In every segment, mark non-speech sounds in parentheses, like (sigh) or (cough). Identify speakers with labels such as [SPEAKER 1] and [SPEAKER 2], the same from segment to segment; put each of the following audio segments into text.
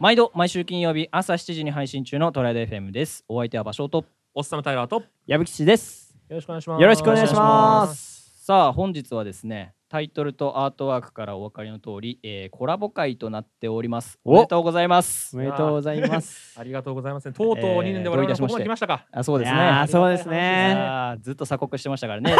[SPEAKER 1] 毎度毎週金曜日朝7時に配信中のトライド FM です。お相手は場所と。
[SPEAKER 2] おっさんのタイラーとよ
[SPEAKER 3] 矢吹吉です。
[SPEAKER 2] ろしくお願いしま
[SPEAKER 3] よろしくお願いします
[SPEAKER 1] さあ本日はですねタイトルとアートワークからお分かりの通り、えーコラボ会となっております。お
[SPEAKER 3] お
[SPEAKER 1] めでとうございます
[SPEAKER 3] お。めでとうございます。
[SPEAKER 2] ありがとうございます。とうとう2年で我々のここまで来ました
[SPEAKER 3] (laughs)
[SPEAKER 2] か。
[SPEAKER 1] (laughs) あそうです
[SPEAKER 3] いや
[SPEAKER 1] ね
[SPEAKER 3] ー。そうです
[SPEAKER 1] い
[SPEAKER 3] ね。
[SPEAKER 1] やーずっと鎖国してましたから
[SPEAKER 3] (laughs)
[SPEAKER 1] ね。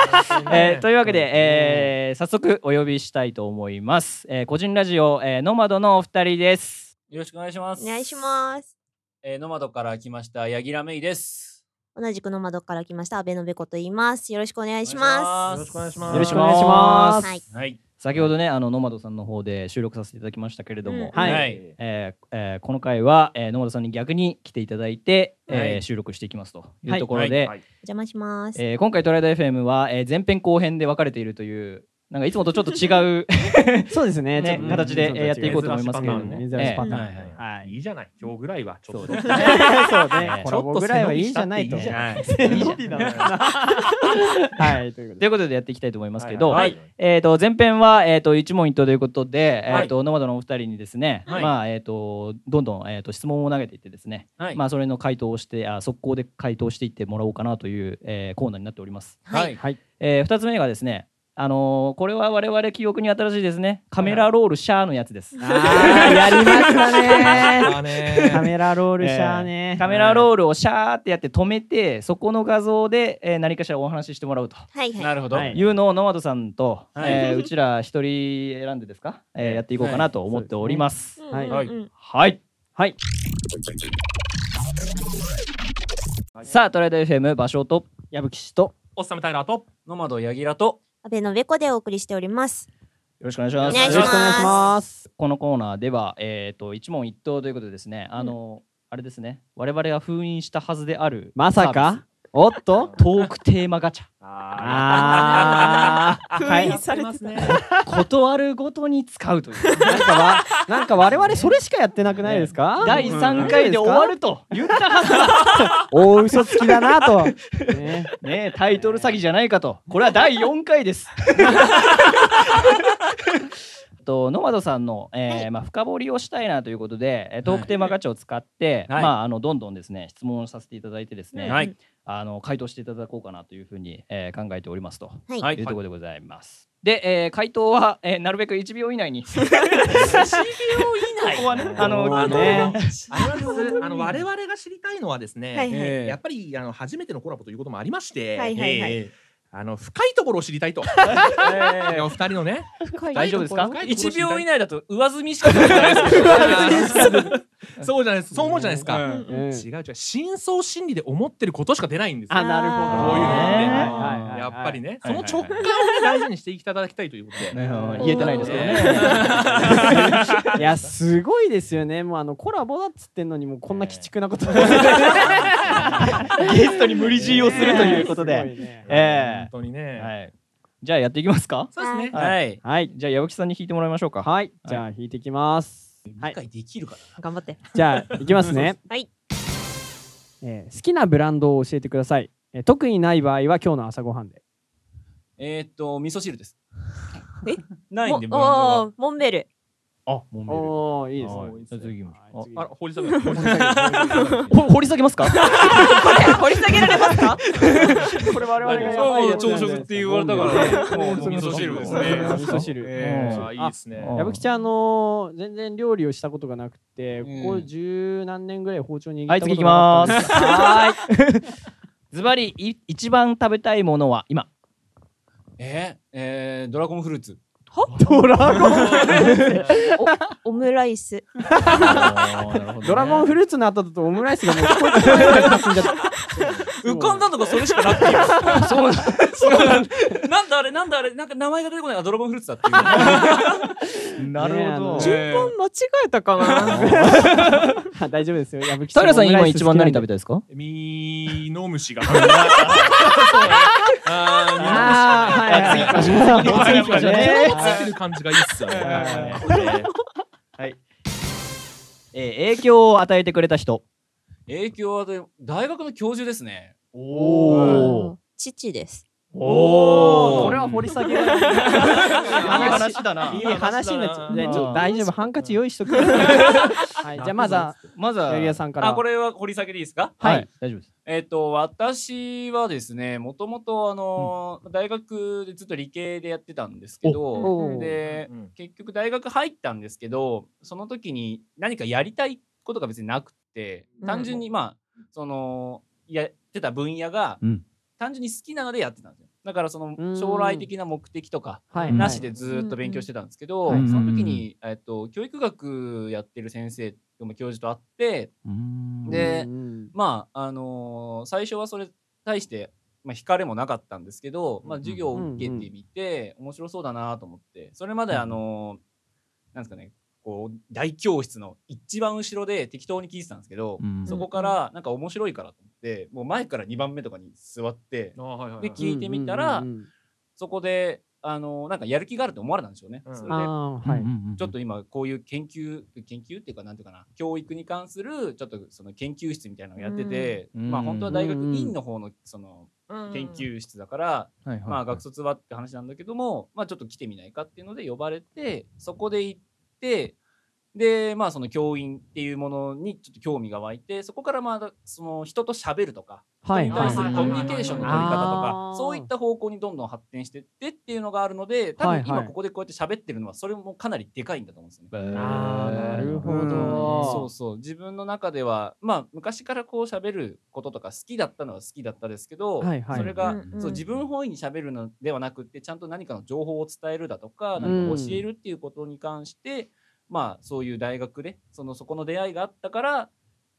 [SPEAKER 1] え
[SPEAKER 2] え
[SPEAKER 1] ー (laughs) というわけで、
[SPEAKER 2] ー、
[SPEAKER 1] えー早速お呼びしたいと思います。えー個人ラジオ、えーノマドのお二人です。
[SPEAKER 4] よろしくお願いします。
[SPEAKER 5] お願いします。
[SPEAKER 4] えーノマドから来ました、ヤギラメイです。
[SPEAKER 5] 同じくの窓から来ました、阿部のべこと言います。よろしくお願いし
[SPEAKER 4] お
[SPEAKER 5] ま
[SPEAKER 4] 願
[SPEAKER 2] よろしくお願いします
[SPEAKER 3] よろしくお願いしま
[SPEAKER 5] はい
[SPEAKER 3] す。
[SPEAKER 4] す。はい。
[SPEAKER 1] 先ほどねあのノマドさんの方で収録させていただきましたけれども、
[SPEAKER 5] うん
[SPEAKER 3] はい
[SPEAKER 4] はい
[SPEAKER 1] えーえーこの回は、えー、野本さんに逆に来ていただいて、え
[SPEAKER 4] は
[SPEAKER 1] ー
[SPEAKER 4] い
[SPEAKER 1] 収録していきますとい
[SPEAKER 3] は
[SPEAKER 1] う
[SPEAKER 3] い
[SPEAKER 1] ところで、
[SPEAKER 2] はい
[SPEAKER 5] す。お邪魔します。
[SPEAKER 1] えー今回トライダー FM は、えー前編後編で分かれているというなんかいつもとちょっと違う
[SPEAKER 3] そうですね。
[SPEAKER 1] ね
[SPEAKER 3] ちょっと
[SPEAKER 1] 形で
[SPEAKER 3] うん
[SPEAKER 1] えーやっていこうと思いますけれども、
[SPEAKER 3] 珍しいパターンね珍しいパターン
[SPEAKER 1] はいはい
[SPEAKER 3] はい。
[SPEAKER 2] いいじゃない。今日ぐらいはちょっと。
[SPEAKER 1] そうで
[SPEAKER 3] (laughs) そう
[SPEAKER 1] ね
[SPEAKER 3] ね。コラボぐらいはいいじゃないと。
[SPEAKER 2] いいじゃない。
[SPEAKER 3] (laughs) はい。という
[SPEAKER 1] (laughs) と
[SPEAKER 3] こと
[SPEAKER 1] い
[SPEAKER 3] で。
[SPEAKER 1] うことでやっていきたいと思いますけど、
[SPEAKER 2] はい
[SPEAKER 1] えー、と前編は、えー、と一問一答ということで、
[SPEAKER 4] はい
[SPEAKER 1] えー、とノマドのお二人にですね、
[SPEAKER 4] はい
[SPEAKER 1] まあえー、とどんどん、えー、と質問を投げていってですね、
[SPEAKER 3] (laughs)
[SPEAKER 4] はい。
[SPEAKER 1] まあ、それの回答をしてあ速攻で回答していってもらおうかなという、えーコーナーになっております。
[SPEAKER 4] はい。
[SPEAKER 3] はい。
[SPEAKER 1] えー、2つ目がですね、あのーこれは我々記憶に新しいですねカメラロールシャーのやつです、
[SPEAKER 3] あーやりま
[SPEAKER 1] (laughs)
[SPEAKER 3] したね。
[SPEAKER 2] あ
[SPEAKER 3] カ
[SPEAKER 2] ね。
[SPEAKER 3] メラロールシャーね。
[SPEAKER 1] カメラロールをシャーってやって止めてそこの画像で、えー何かしらお話ししてもらうと
[SPEAKER 5] はいは。
[SPEAKER 4] ないるほど。
[SPEAKER 3] は
[SPEAKER 1] いうのをノマドさんと、
[SPEAKER 4] はい
[SPEAKER 1] えーうちら一人選んでですか、えーやっていこうかなと思っております。
[SPEAKER 5] うん
[SPEAKER 3] はい
[SPEAKER 5] うんうん
[SPEAKER 1] はい、はいさあトライド FM 場所と
[SPEAKER 3] 矢吹氏と。
[SPEAKER 2] おっさんのタイラーと。
[SPEAKER 4] ノマド、ヤギラと。
[SPEAKER 5] 阿部のべこでお送りしております。
[SPEAKER 1] よろしくお願いしま
[SPEAKER 5] お
[SPEAKER 1] す。
[SPEAKER 5] 願いします
[SPEAKER 3] よろしくお願いします。
[SPEAKER 1] このコーナーでは、えー、と一問一答ということでですね、あのあれですね我々が封印したはずである
[SPEAKER 3] まさかおっと
[SPEAKER 1] サービストークテーマガチャ
[SPEAKER 2] あ
[SPEAKER 3] ああ。 (laughs) はい。なん
[SPEAKER 2] され (laughs) ますね。
[SPEAKER 1] 断るごとに使うという
[SPEAKER 3] かわ、なんか我々それしかやってなくないですか
[SPEAKER 1] 第3回で終わると言ったはず
[SPEAKER 3] 大嘘つきだなと。ね
[SPEAKER 1] ねタイトル詐欺じゃないかとこれは第4回ですとノマドさんの、えーまあ、深掘りをしたいなということで、えートークテーマガチャを使って、
[SPEAKER 4] はい
[SPEAKER 1] まあ、あのどんどんですね質問をさせていただいてですね、
[SPEAKER 4] はい
[SPEAKER 5] うん
[SPEAKER 1] あの回答していただこうかなというふうに、えー考えておりますと、
[SPEAKER 5] はい
[SPEAKER 1] い、うところでございます。で、えー回答は、えーなるべく1秒以内に (laughs) ここはねあの
[SPEAKER 3] あの
[SPEAKER 2] あれ
[SPEAKER 3] ね
[SPEAKER 2] はですあの我々が知りたいのはですね、
[SPEAKER 5] はいはい
[SPEAKER 2] えーやっぱりあの初めてのコラボということもありまして、
[SPEAKER 5] はいはいはい
[SPEAKER 2] えーあの深いところを知りたいと、えー (laughs) お二人のね、
[SPEAKER 5] 深い
[SPEAKER 1] 大丈夫ですか
[SPEAKER 2] 深いところを知り
[SPEAKER 4] 1
[SPEAKER 2] たい
[SPEAKER 4] 秒以内
[SPEAKER 2] (laughs)
[SPEAKER 4] だと上積みしか出てないですけど
[SPEAKER 2] そうじゃないです、そう思うじゃないですか。
[SPEAKER 3] うんうん
[SPEAKER 2] 違う違う、深層心理で思ってることしか出ないんですよ。
[SPEAKER 3] あ、なるほど。
[SPEAKER 2] こういうの
[SPEAKER 1] ね
[SPEAKER 3] はいはいはいはい
[SPEAKER 2] やっぱりね、
[SPEAKER 1] はいはいはい
[SPEAKER 2] その直感を大事にしていただきたいということで。
[SPEAKER 1] ね
[SPEAKER 3] うん
[SPEAKER 1] 言えてないですけどね。
[SPEAKER 2] (laughs)
[SPEAKER 3] いや、すごいですよね。もうあのコラボだっつってんのに、もうこんな鬼畜なこと。
[SPEAKER 1] ゲストに無理強いをするということ
[SPEAKER 3] (laughs)
[SPEAKER 1] で。
[SPEAKER 3] で
[SPEAKER 1] え
[SPEAKER 2] 本当に
[SPEAKER 1] ー
[SPEAKER 2] ね。
[SPEAKER 1] はい、じゃあやっていきますか
[SPEAKER 2] そうですね。
[SPEAKER 4] はい。
[SPEAKER 3] はい。
[SPEAKER 1] じゃあ矢吹さんに弾いてもらいましょうか。
[SPEAKER 3] はい。じゃあ、引いていきます。はい。
[SPEAKER 4] 回できるか
[SPEAKER 5] 頑張って。
[SPEAKER 3] じゃあ、いきますね。
[SPEAKER 5] はい。
[SPEAKER 3] えー好きなブランドを教えてください。えー特にない場合は今日の朝ごはんで。
[SPEAKER 4] えーっと、味噌汁です。
[SPEAKER 5] え
[SPEAKER 4] ないんで、ブ
[SPEAKER 5] も
[SPEAKER 4] ランドが
[SPEAKER 5] おーモンベ
[SPEAKER 4] (laughs)
[SPEAKER 5] ル。
[SPEAKER 1] あ、もう
[SPEAKER 3] おお、いいです
[SPEAKER 1] はいじゃあ次行きましょう
[SPEAKER 3] はい次
[SPEAKER 2] あら、堀さんが。堀さん
[SPEAKER 1] 掘り下げますか
[SPEAKER 5] これ掘り下げられますか？
[SPEAKER 3] これ我々がやばい
[SPEAKER 4] そう
[SPEAKER 3] やつ
[SPEAKER 4] 朝食って言われたからね、もう
[SPEAKER 3] そう
[SPEAKER 4] 味噌汁ですね。
[SPEAKER 3] お (laughs) 味噌汁
[SPEAKER 2] えー
[SPEAKER 1] うん
[SPEAKER 2] あいいですね。
[SPEAKER 1] うん
[SPEAKER 3] 矢吹ちゃん、あのー全然料理をしたことがなくて、
[SPEAKER 4] うん
[SPEAKER 3] ここ十何年ぐらい包丁握
[SPEAKER 1] は
[SPEAKER 3] っ
[SPEAKER 1] い、
[SPEAKER 3] た
[SPEAKER 1] 次
[SPEAKER 3] こ
[SPEAKER 1] 行
[SPEAKER 3] と
[SPEAKER 1] き
[SPEAKER 3] がな
[SPEAKER 1] ま。
[SPEAKER 3] かったんです
[SPEAKER 1] はーい。 (laughs) ズバリ、い一番食べたいものは今。
[SPEAKER 4] えーえードラゴンフルーツ。
[SPEAKER 3] す。ドラゴン
[SPEAKER 5] オムライス。
[SPEAKER 1] (laughs)
[SPEAKER 3] ドラゴン
[SPEAKER 1] フ
[SPEAKER 3] フルーツの後だとオムライスがもうこうやってこうやって進んじゃった
[SPEAKER 4] (laughs) 浮かんだのがそれしかなくて今
[SPEAKER 1] そう
[SPEAKER 4] そうなんなんだあれ、なんだあれ、なんか名前が出てこない。あドラゴンフルーツだっていう。
[SPEAKER 1] なるほど。
[SPEAKER 3] ね
[SPEAKER 4] 順番
[SPEAKER 5] 間違えたかな。
[SPEAKER 3] あ大丈夫ですよ。矢吹
[SPEAKER 1] 平さん、今一番何食べ
[SPEAKER 3] た
[SPEAKER 1] たいですか
[SPEAKER 2] ミノム (laughs) シが。
[SPEAKER 3] あーはいはいはい
[SPEAKER 2] 次行きましょう
[SPEAKER 3] 次行きましょうね
[SPEAKER 2] やっぱりこうついてる感じがいいっすよね。
[SPEAKER 1] はい。えー影響を与えてくれた人。
[SPEAKER 4] 影響はで大学の教授ですね。
[SPEAKER 1] お
[SPEAKER 5] 父です。
[SPEAKER 1] お
[SPEAKER 3] これは掘り下げられる
[SPEAKER 1] 話だな。
[SPEAKER 3] いい話になっちゃう。ねちょっと大丈夫、ハンカチ用意しとく。 (laughs) はい、じゃあまずは、
[SPEAKER 1] まず
[SPEAKER 3] ヤ
[SPEAKER 1] は
[SPEAKER 3] リヤさんから。
[SPEAKER 4] あ、これは掘り下げでいいですか
[SPEAKER 3] はい
[SPEAKER 1] はい、大丈夫です。
[SPEAKER 4] えっ、と、私はですね、もともと、あのー大学でずっと理系でやってたんですけど、
[SPEAKER 3] おー
[SPEAKER 4] で、
[SPEAKER 2] うん
[SPEAKER 4] 結局大学入ったんですけど、その時に何かやりたいことが別になくて、単純に、まあ、その、やってた分野が、
[SPEAKER 1] うん
[SPEAKER 4] 単純に好きなのでやってたんですよ。だから、そ
[SPEAKER 3] うん
[SPEAKER 4] の、将来的な目的とか、
[SPEAKER 3] はい
[SPEAKER 4] なしでずーっと勉強してたんですけど、
[SPEAKER 3] うんうん
[SPEAKER 4] その時に、えっ、と、教育学やってる先生、教授と会って、で
[SPEAKER 3] うん
[SPEAKER 4] まああのー最初はそれに対して、まあ、惹かれもなかったんですけど、まあ、授業を受けてみて、面白そうだなと思ってそれまであのーなんですかねこう大教室の一番後ろで適当に聞いてたんですけど、
[SPEAKER 1] うん
[SPEAKER 4] そこからなんか面白いからと思ってもう前から2番目とかに座って
[SPEAKER 2] あーはいはいはい
[SPEAKER 4] で聞いてみたら
[SPEAKER 3] うんうんうん
[SPEAKER 4] そこで、あのーなんかやる気があると思われたんでしょうね。
[SPEAKER 2] うん
[SPEAKER 4] それ
[SPEAKER 3] うん
[SPEAKER 4] で
[SPEAKER 3] あーはい。
[SPEAKER 4] ちょっと今こういう研究研究っていうかなんていうかな教育に関するちょっとその研究室みたいなのをやってて、
[SPEAKER 1] うん
[SPEAKER 4] まあ本当は大学
[SPEAKER 3] うん
[SPEAKER 4] 院の方のその研究室だから、
[SPEAKER 1] はいはい
[SPEAKER 4] まあ学卒はって話なんだけども、まあ、ちょっと来てみないかっていうので呼ばれてそこで行ってでまあその教員っていうものにちょっと興味が湧いてそこからまあその人と喋るとか
[SPEAKER 3] は
[SPEAKER 4] 人
[SPEAKER 3] い
[SPEAKER 4] に対
[SPEAKER 3] は
[SPEAKER 4] する
[SPEAKER 3] い。
[SPEAKER 4] コミュニケーションの取り方と
[SPEAKER 3] あー
[SPEAKER 4] かそういった方向にどんどん発展してってっていうのがあるので多
[SPEAKER 3] はい
[SPEAKER 4] 分
[SPEAKER 3] はい
[SPEAKER 4] 今ここでこうやって喋ってるのはそれもかなりでかいんだと思うんですよね。
[SPEAKER 3] あーなるほど
[SPEAKER 4] うん
[SPEAKER 3] ど
[SPEAKER 4] そうそう自分の中ではまあ昔からこう喋ることとか好きだったのは好きだったですけど、
[SPEAKER 3] はいはい
[SPEAKER 4] それが、
[SPEAKER 5] うんうん
[SPEAKER 4] そう自分本位に喋るのではなくってちゃんと何かの情報を伝えるだとか
[SPEAKER 1] うん
[SPEAKER 4] 何か教えるっていうことに関して、まあそういう大学でそのそこの出会いがあったから。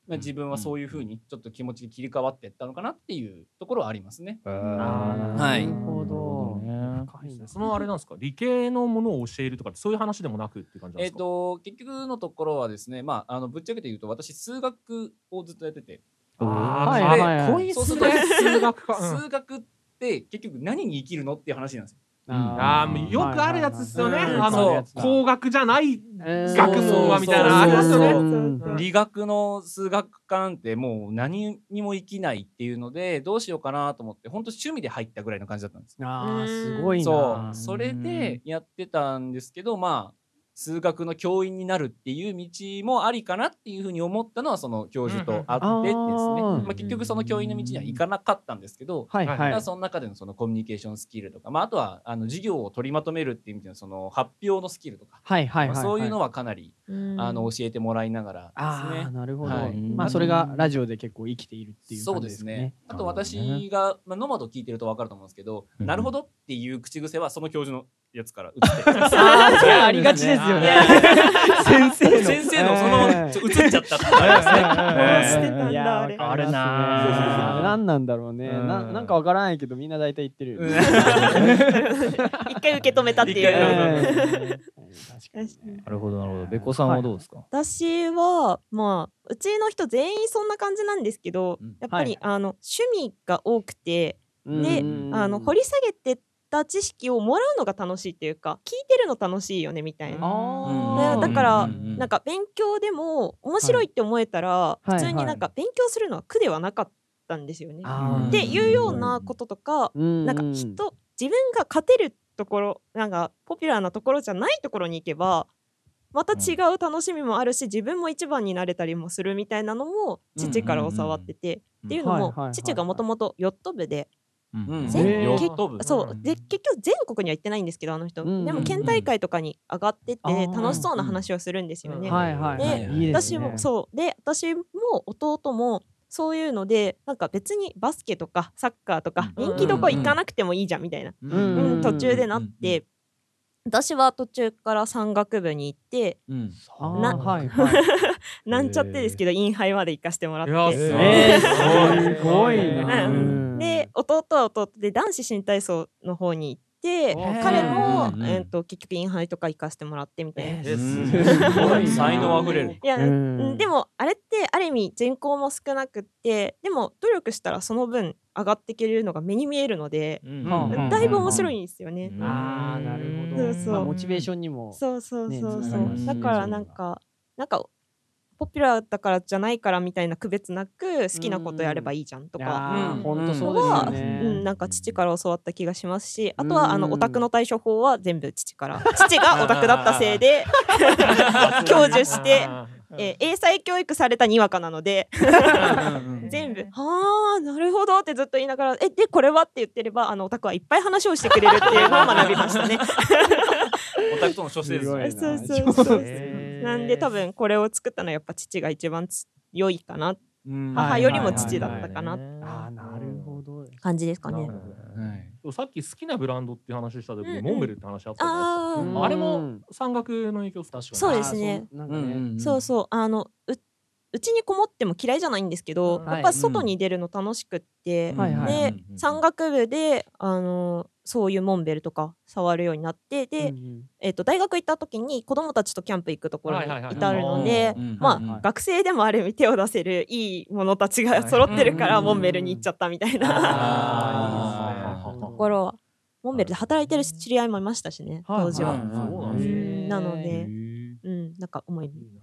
[SPEAKER 4] まあ自分はそういうふうにちょっと気持ちに切り替わっていったのかなっていうところはありますね。
[SPEAKER 3] あー
[SPEAKER 4] は
[SPEAKER 3] ないるほど。深いな
[SPEAKER 2] そのあれなんですか理系のものを教えるとかそういう話でもなくっていう感じなんで
[SPEAKER 4] えっ、
[SPEAKER 2] すか、
[SPEAKER 4] と結局のところはですね、まああのぶっちゃけて言うと私数学をずっとやってて、
[SPEAKER 2] あ
[SPEAKER 3] はい
[SPEAKER 2] ー
[SPEAKER 3] はい
[SPEAKER 2] か
[SPEAKER 3] はい
[SPEAKER 2] っこいいっ
[SPEAKER 4] そうす
[SPEAKER 2] す
[SPEAKER 4] る
[SPEAKER 2] ね
[SPEAKER 4] と
[SPEAKER 2] 数学か、うん
[SPEAKER 4] 数学って結局何に生きるのっていう話なんですよ。
[SPEAKER 2] あーもうよくあるやつっすよね、
[SPEAKER 3] はいはい
[SPEAKER 4] はい
[SPEAKER 2] あの
[SPEAKER 3] そう
[SPEAKER 2] 工学じゃない
[SPEAKER 3] 学
[SPEAKER 2] 学問はみたいなあ
[SPEAKER 4] そう
[SPEAKER 2] りますよねうん
[SPEAKER 4] 理学の数学科なんてもう何にも生きないっていうのでどうしようかなと思って本当趣味で入ったぐらいの感じだったんですよ
[SPEAKER 3] あーすごい
[SPEAKER 4] そ
[SPEAKER 3] な
[SPEAKER 4] う。それでやってたんですけどまあ数学の教員になるっていう道もありかなっていうふうに思ったのはその教授と会ってですね、
[SPEAKER 3] うんうんあー
[SPEAKER 4] まあ、結局その教員の道には行かなかったんですけど、
[SPEAKER 3] はいは
[SPEAKER 2] はい
[SPEAKER 4] ただ。その中でのそのコミュニケーションスキルとか、まあ、あとはあの授業を取りまとめるっていう意味でのその発表のスキルとか、
[SPEAKER 3] はいはいはい。
[SPEAKER 4] まあ、そういうのはかなり、
[SPEAKER 5] うん
[SPEAKER 4] あの教えてもらいながら
[SPEAKER 3] あ
[SPEAKER 4] です
[SPEAKER 3] あ、
[SPEAKER 4] ね。
[SPEAKER 3] なるほど
[SPEAKER 4] はい。
[SPEAKER 3] まあそれがラジオで結構生きているっていう
[SPEAKER 4] そ
[SPEAKER 3] 感
[SPEAKER 4] う
[SPEAKER 3] じ
[SPEAKER 4] で
[SPEAKER 3] です
[SPEAKER 4] す
[SPEAKER 3] か
[SPEAKER 4] ね
[SPEAKER 3] ね。。
[SPEAKER 4] あと私が、まあ、ノマド聞いてると分かると思うんですけど、
[SPEAKER 1] うん
[SPEAKER 4] なるほどっていう口癖はその教授のやつから移ってきます
[SPEAKER 3] あーそれありがちですよね。先生の。
[SPEAKER 4] (laughs) 先生のそのままちょ移っちゃったっていうのがありますね。
[SPEAKER 1] 捨
[SPEAKER 5] てたんだあれ
[SPEAKER 1] ある
[SPEAKER 3] あー
[SPEAKER 1] な
[SPEAKER 3] 何なんだろうね。
[SPEAKER 1] うん
[SPEAKER 3] ななんかわからないけどみんな大体言ってるよね。
[SPEAKER 5] 一回受け止めたってい
[SPEAKER 4] 一回
[SPEAKER 5] う。
[SPEAKER 4] え
[SPEAKER 3] えー確かにね
[SPEAKER 1] なるほどなるほどべこさんはどうですか
[SPEAKER 5] 私はまあうちの人全員そんな感じなんですけど、
[SPEAKER 1] うん
[SPEAKER 5] やっぱり、
[SPEAKER 3] はい
[SPEAKER 5] あの趣味が多くて、で
[SPEAKER 3] うん
[SPEAKER 5] あの掘り下げてった知識をもらうのが楽しいっていうか聞いてるの楽しいよねみたいな。
[SPEAKER 3] あー
[SPEAKER 5] ねだから
[SPEAKER 1] うんうんうん
[SPEAKER 5] なんか勉強でも面白いって思えたら、
[SPEAKER 3] いはい
[SPEAKER 5] 普通になんか勉強するのは苦ではなかったんですよね。
[SPEAKER 3] あー
[SPEAKER 5] っていうようなこととか、
[SPEAKER 3] うん
[SPEAKER 5] なんか人自分が勝てるところなんかポピュラーなところじゃないところに行けばまた違う楽しみもあるし、自分も一番になれたりもするみたいなのも父から教わってて、
[SPEAKER 1] うん
[SPEAKER 5] っていうの
[SPEAKER 3] はいはいはいは
[SPEAKER 5] も
[SPEAKER 3] い
[SPEAKER 5] 父がもともとヨット部で、
[SPEAKER 1] うん
[SPEAKER 3] 全
[SPEAKER 1] へー
[SPEAKER 4] ヨット部
[SPEAKER 5] そうで結局全国には行ってないんですけどあの人、
[SPEAKER 3] うん
[SPEAKER 5] でも県大会とかに上がってて
[SPEAKER 3] あー
[SPEAKER 5] 楽しそうな話をするんですよね。
[SPEAKER 2] うん
[SPEAKER 3] はいはいはい
[SPEAKER 4] で
[SPEAKER 3] いいですね
[SPEAKER 5] 私もそうで私も弟もそういうのでなんか別にバスケとかサッカーとか
[SPEAKER 1] うん
[SPEAKER 5] 人気どこ行かなくてもいいじゃんみたいな、
[SPEAKER 1] うん
[SPEAKER 5] う
[SPEAKER 3] うん
[SPEAKER 5] 途中でなって、私は途中から山岳部に行って
[SPEAKER 1] うん
[SPEAKER 3] あー
[SPEAKER 5] な
[SPEAKER 3] はいはい
[SPEAKER 5] なんちゃってですけど、インハイまで行かせてもら
[SPEAKER 2] いやー
[SPEAKER 5] って。
[SPEAKER 2] す
[SPEAKER 3] えーすごいな。
[SPEAKER 5] う
[SPEAKER 3] うん
[SPEAKER 5] で弟は弟で男子新体操の方に行って
[SPEAKER 2] ー
[SPEAKER 5] 彼
[SPEAKER 1] うん、
[SPEAKER 5] も
[SPEAKER 1] うんうん
[SPEAKER 5] えー、と結局インハイとか行かせてもらってみたいな。
[SPEAKER 3] えー
[SPEAKER 4] うん
[SPEAKER 3] すごいな
[SPEAKER 4] 才能あふれる。
[SPEAKER 5] いや、
[SPEAKER 3] うん
[SPEAKER 5] でもあれってある意味人口も少なくってでも努力したらその分上がっていけるのが目に見えるので、
[SPEAKER 1] うんうん
[SPEAKER 5] だいぶ面白いんですよね。
[SPEAKER 3] ああなるほ
[SPEAKER 5] そ
[SPEAKER 3] ど。
[SPEAKER 5] うそう
[SPEAKER 3] まあモチベーションにも。
[SPEAKER 5] そうそうそう
[SPEAKER 3] ね
[SPEAKER 5] そ
[SPEAKER 3] つ
[SPEAKER 5] う、
[SPEAKER 3] ながります
[SPEAKER 1] ね
[SPEAKER 5] だからなんかなんかポピュラーだからじゃないからみたいな区別なく好きなことやればいいじゃんと
[SPEAKER 3] い
[SPEAKER 5] か、
[SPEAKER 3] やー
[SPEAKER 1] うん
[SPEAKER 3] ほんとそうですよ
[SPEAKER 5] は、
[SPEAKER 3] ね。
[SPEAKER 5] うん、なんか父から教わった気がしますしあと
[SPEAKER 3] うん
[SPEAKER 5] はあのオタクの対処法は全部父から父がオタクだったせいで (laughs) 享受して、えー英才教育されたにわかなので全部「はあなるほど」ってずっと言いながら「えでこれは?」って言ってればあのオタクはいっぱい話をしてくれるっていうのを学びましたね。
[SPEAKER 4] オタクとの諸生です
[SPEAKER 3] すごい
[SPEAKER 4] ね
[SPEAKER 3] な
[SPEAKER 5] (laughs) そうそうそうそう
[SPEAKER 3] へー
[SPEAKER 5] なんで多分これを作ったのはやっぱ父が一番つ良いかな
[SPEAKER 4] うん
[SPEAKER 5] 母よりも父だ
[SPEAKER 4] はい
[SPEAKER 5] ったかな
[SPEAKER 3] あーなるほど。
[SPEAKER 5] 感じですかね。
[SPEAKER 4] はい
[SPEAKER 6] さっき好きなブランドっていう話した時
[SPEAKER 5] うんう
[SPEAKER 6] に
[SPEAKER 5] ん
[SPEAKER 6] モンベルって話あったじゃない
[SPEAKER 5] あ
[SPEAKER 3] うん
[SPEAKER 6] です
[SPEAKER 5] ー
[SPEAKER 6] かあれも
[SPEAKER 3] うん
[SPEAKER 6] 山岳の影響確か
[SPEAKER 5] そうですね。
[SPEAKER 3] あーそうなん
[SPEAKER 4] う
[SPEAKER 3] か
[SPEAKER 4] ん
[SPEAKER 3] ね。
[SPEAKER 4] うん
[SPEAKER 5] そうそうあのううちにこもっても嫌いじゃないんですけど、
[SPEAKER 3] うん
[SPEAKER 5] やっぱ外に出るの楽しくって、
[SPEAKER 4] うん
[SPEAKER 3] はいはい
[SPEAKER 5] で、
[SPEAKER 4] うん
[SPEAKER 5] 山岳部であのそういうモンベルとか触るようになってで、
[SPEAKER 3] うん
[SPEAKER 5] えっと大学行った時に子供たちとキャンプ行くところに
[SPEAKER 6] はいはいはい
[SPEAKER 5] 至るので、
[SPEAKER 4] うん
[SPEAKER 5] まあ、
[SPEAKER 4] うん
[SPEAKER 5] 学生でもある意味手を出せるいいものたちが揃ってるから、モンベルに行っちゃったみたいな
[SPEAKER 4] あ
[SPEAKER 3] ーいいですね
[SPEAKER 5] ところはモンベルで働いてる知り合いもいましたしね
[SPEAKER 3] はい
[SPEAKER 5] 当時は、
[SPEAKER 4] はい
[SPEAKER 6] そうなん
[SPEAKER 5] う
[SPEAKER 6] ですね
[SPEAKER 5] んなの
[SPEAKER 4] へ
[SPEAKER 5] で、
[SPEAKER 4] ー
[SPEAKER 5] うん、なんか思い
[SPEAKER 6] いいな。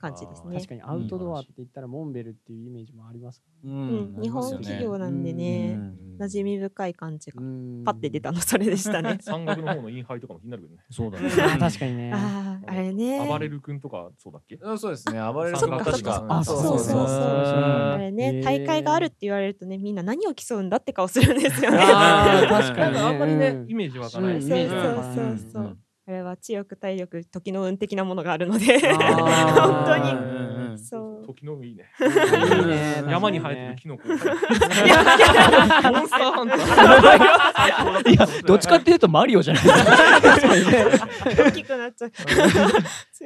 [SPEAKER 5] 感じですね
[SPEAKER 3] 確かにアウトドアって言ったらモンベルっていうイメージもありますか
[SPEAKER 4] う
[SPEAKER 5] うんん、日本企業なんでね、馴染み深い感じが
[SPEAKER 3] ら。うん
[SPEAKER 5] パッて出。たのそれでしたね
[SPEAKER 6] 山岳の方のインハイとかも気になるけどね
[SPEAKER 4] そうだ
[SPEAKER 3] あー確かにね。
[SPEAKER 5] ああ、あれね。
[SPEAKER 6] 暴れる君とかそうだっけ
[SPEAKER 4] うんそうですね暴れる
[SPEAKER 6] そっ
[SPEAKER 4] 君
[SPEAKER 6] か
[SPEAKER 4] 確
[SPEAKER 6] そっ
[SPEAKER 4] か
[SPEAKER 6] かあ
[SPEAKER 5] そうそうそう
[SPEAKER 4] そう
[SPEAKER 5] あれね、大会があるって言われるとね、みんな何を競うんだって顔するんですよね。
[SPEAKER 3] あー確
[SPEAKER 6] な
[SPEAKER 3] か
[SPEAKER 6] ん
[SPEAKER 3] にね。
[SPEAKER 6] かあんまりね
[SPEAKER 3] うん
[SPEAKER 6] イメージ湧かない
[SPEAKER 3] うん
[SPEAKER 5] そうそうそうそう。あれは知力、体力、時の運的なものがあるので、本当に。
[SPEAKER 6] (laughs)
[SPEAKER 4] に
[SPEAKER 5] そう。
[SPEAKER 6] 時のいいね
[SPEAKER 3] いいね
[SPEAKER 6] 山に生えてるキノコモンスタ
[SPEAKER 5] いや
[SPEAKER 6] ーハンター
[SPEAKER 1] いやどっちかっていうとマリオじゃないですか。
[SPEAKER 5] 大きくなっちゃう。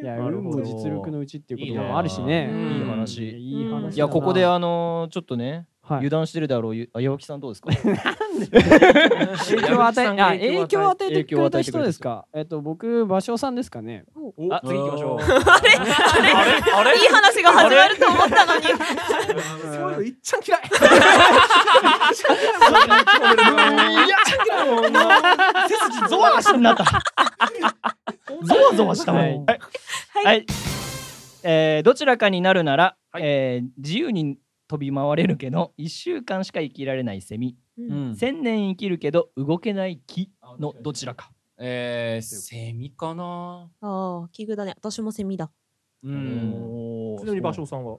[SPEAKER 3] いや、
[SPEAKER 6] なる
[SPEAKER 3] 運
[SPEAKER 6] ほど
[SPEAKER 3] も実力のうちっていうこと
[SPEAKER 6] いいね
[SPEAKER 3] もあるしね。
[SPEAKER 5] うん
[SPEAKER 1] いい話
[SPEAKER 3] いい話だな。
[SPEAKER 5] うん
[SPEAKER 1] いやここであのーちょっとね
[SPEAKER 3] はい、
[SPEAKER 1] 油断してるだろうゆあ矢吹さんどうですか。
[SPEAKER 6] 矢吹
[SPEAKER 3] 影響を与え、
[SPEAKER 6] さんが
[SPEAKER 3] あ、影響を与えてく
[SPEAKER 1] 影
[SPEAKER 3] れた
[SPEAKER 1] 響を与えてくれ
[SPEAKER 3] 人
[SPEAKER 1] た
[SPEAKER 3] ですか。えっと、僕、場所さんですかね。
[SPEAKER 6] あ次行きましょう
[SPEAKER 5] あれいい話が始まると思ったのに。
[SPEAKER 2] そういうのいっちゃん嫌い。
[SPEAKER 1] 背筋ゾワーしになった。ゾワゾワしたもん。はい。はいえーどちらかになるなら、えー自由に飛び回れるけど1週間しか生きられないセミ、千年生きるけど動けない木のどちらか。
[SPEAKER 4] えーセミかな
[SPEAKER 5] ああ、奇遇だね。私もセミだ。
[SPEAKER 4] う
[SPEAKER 6] ちなみに場所さんは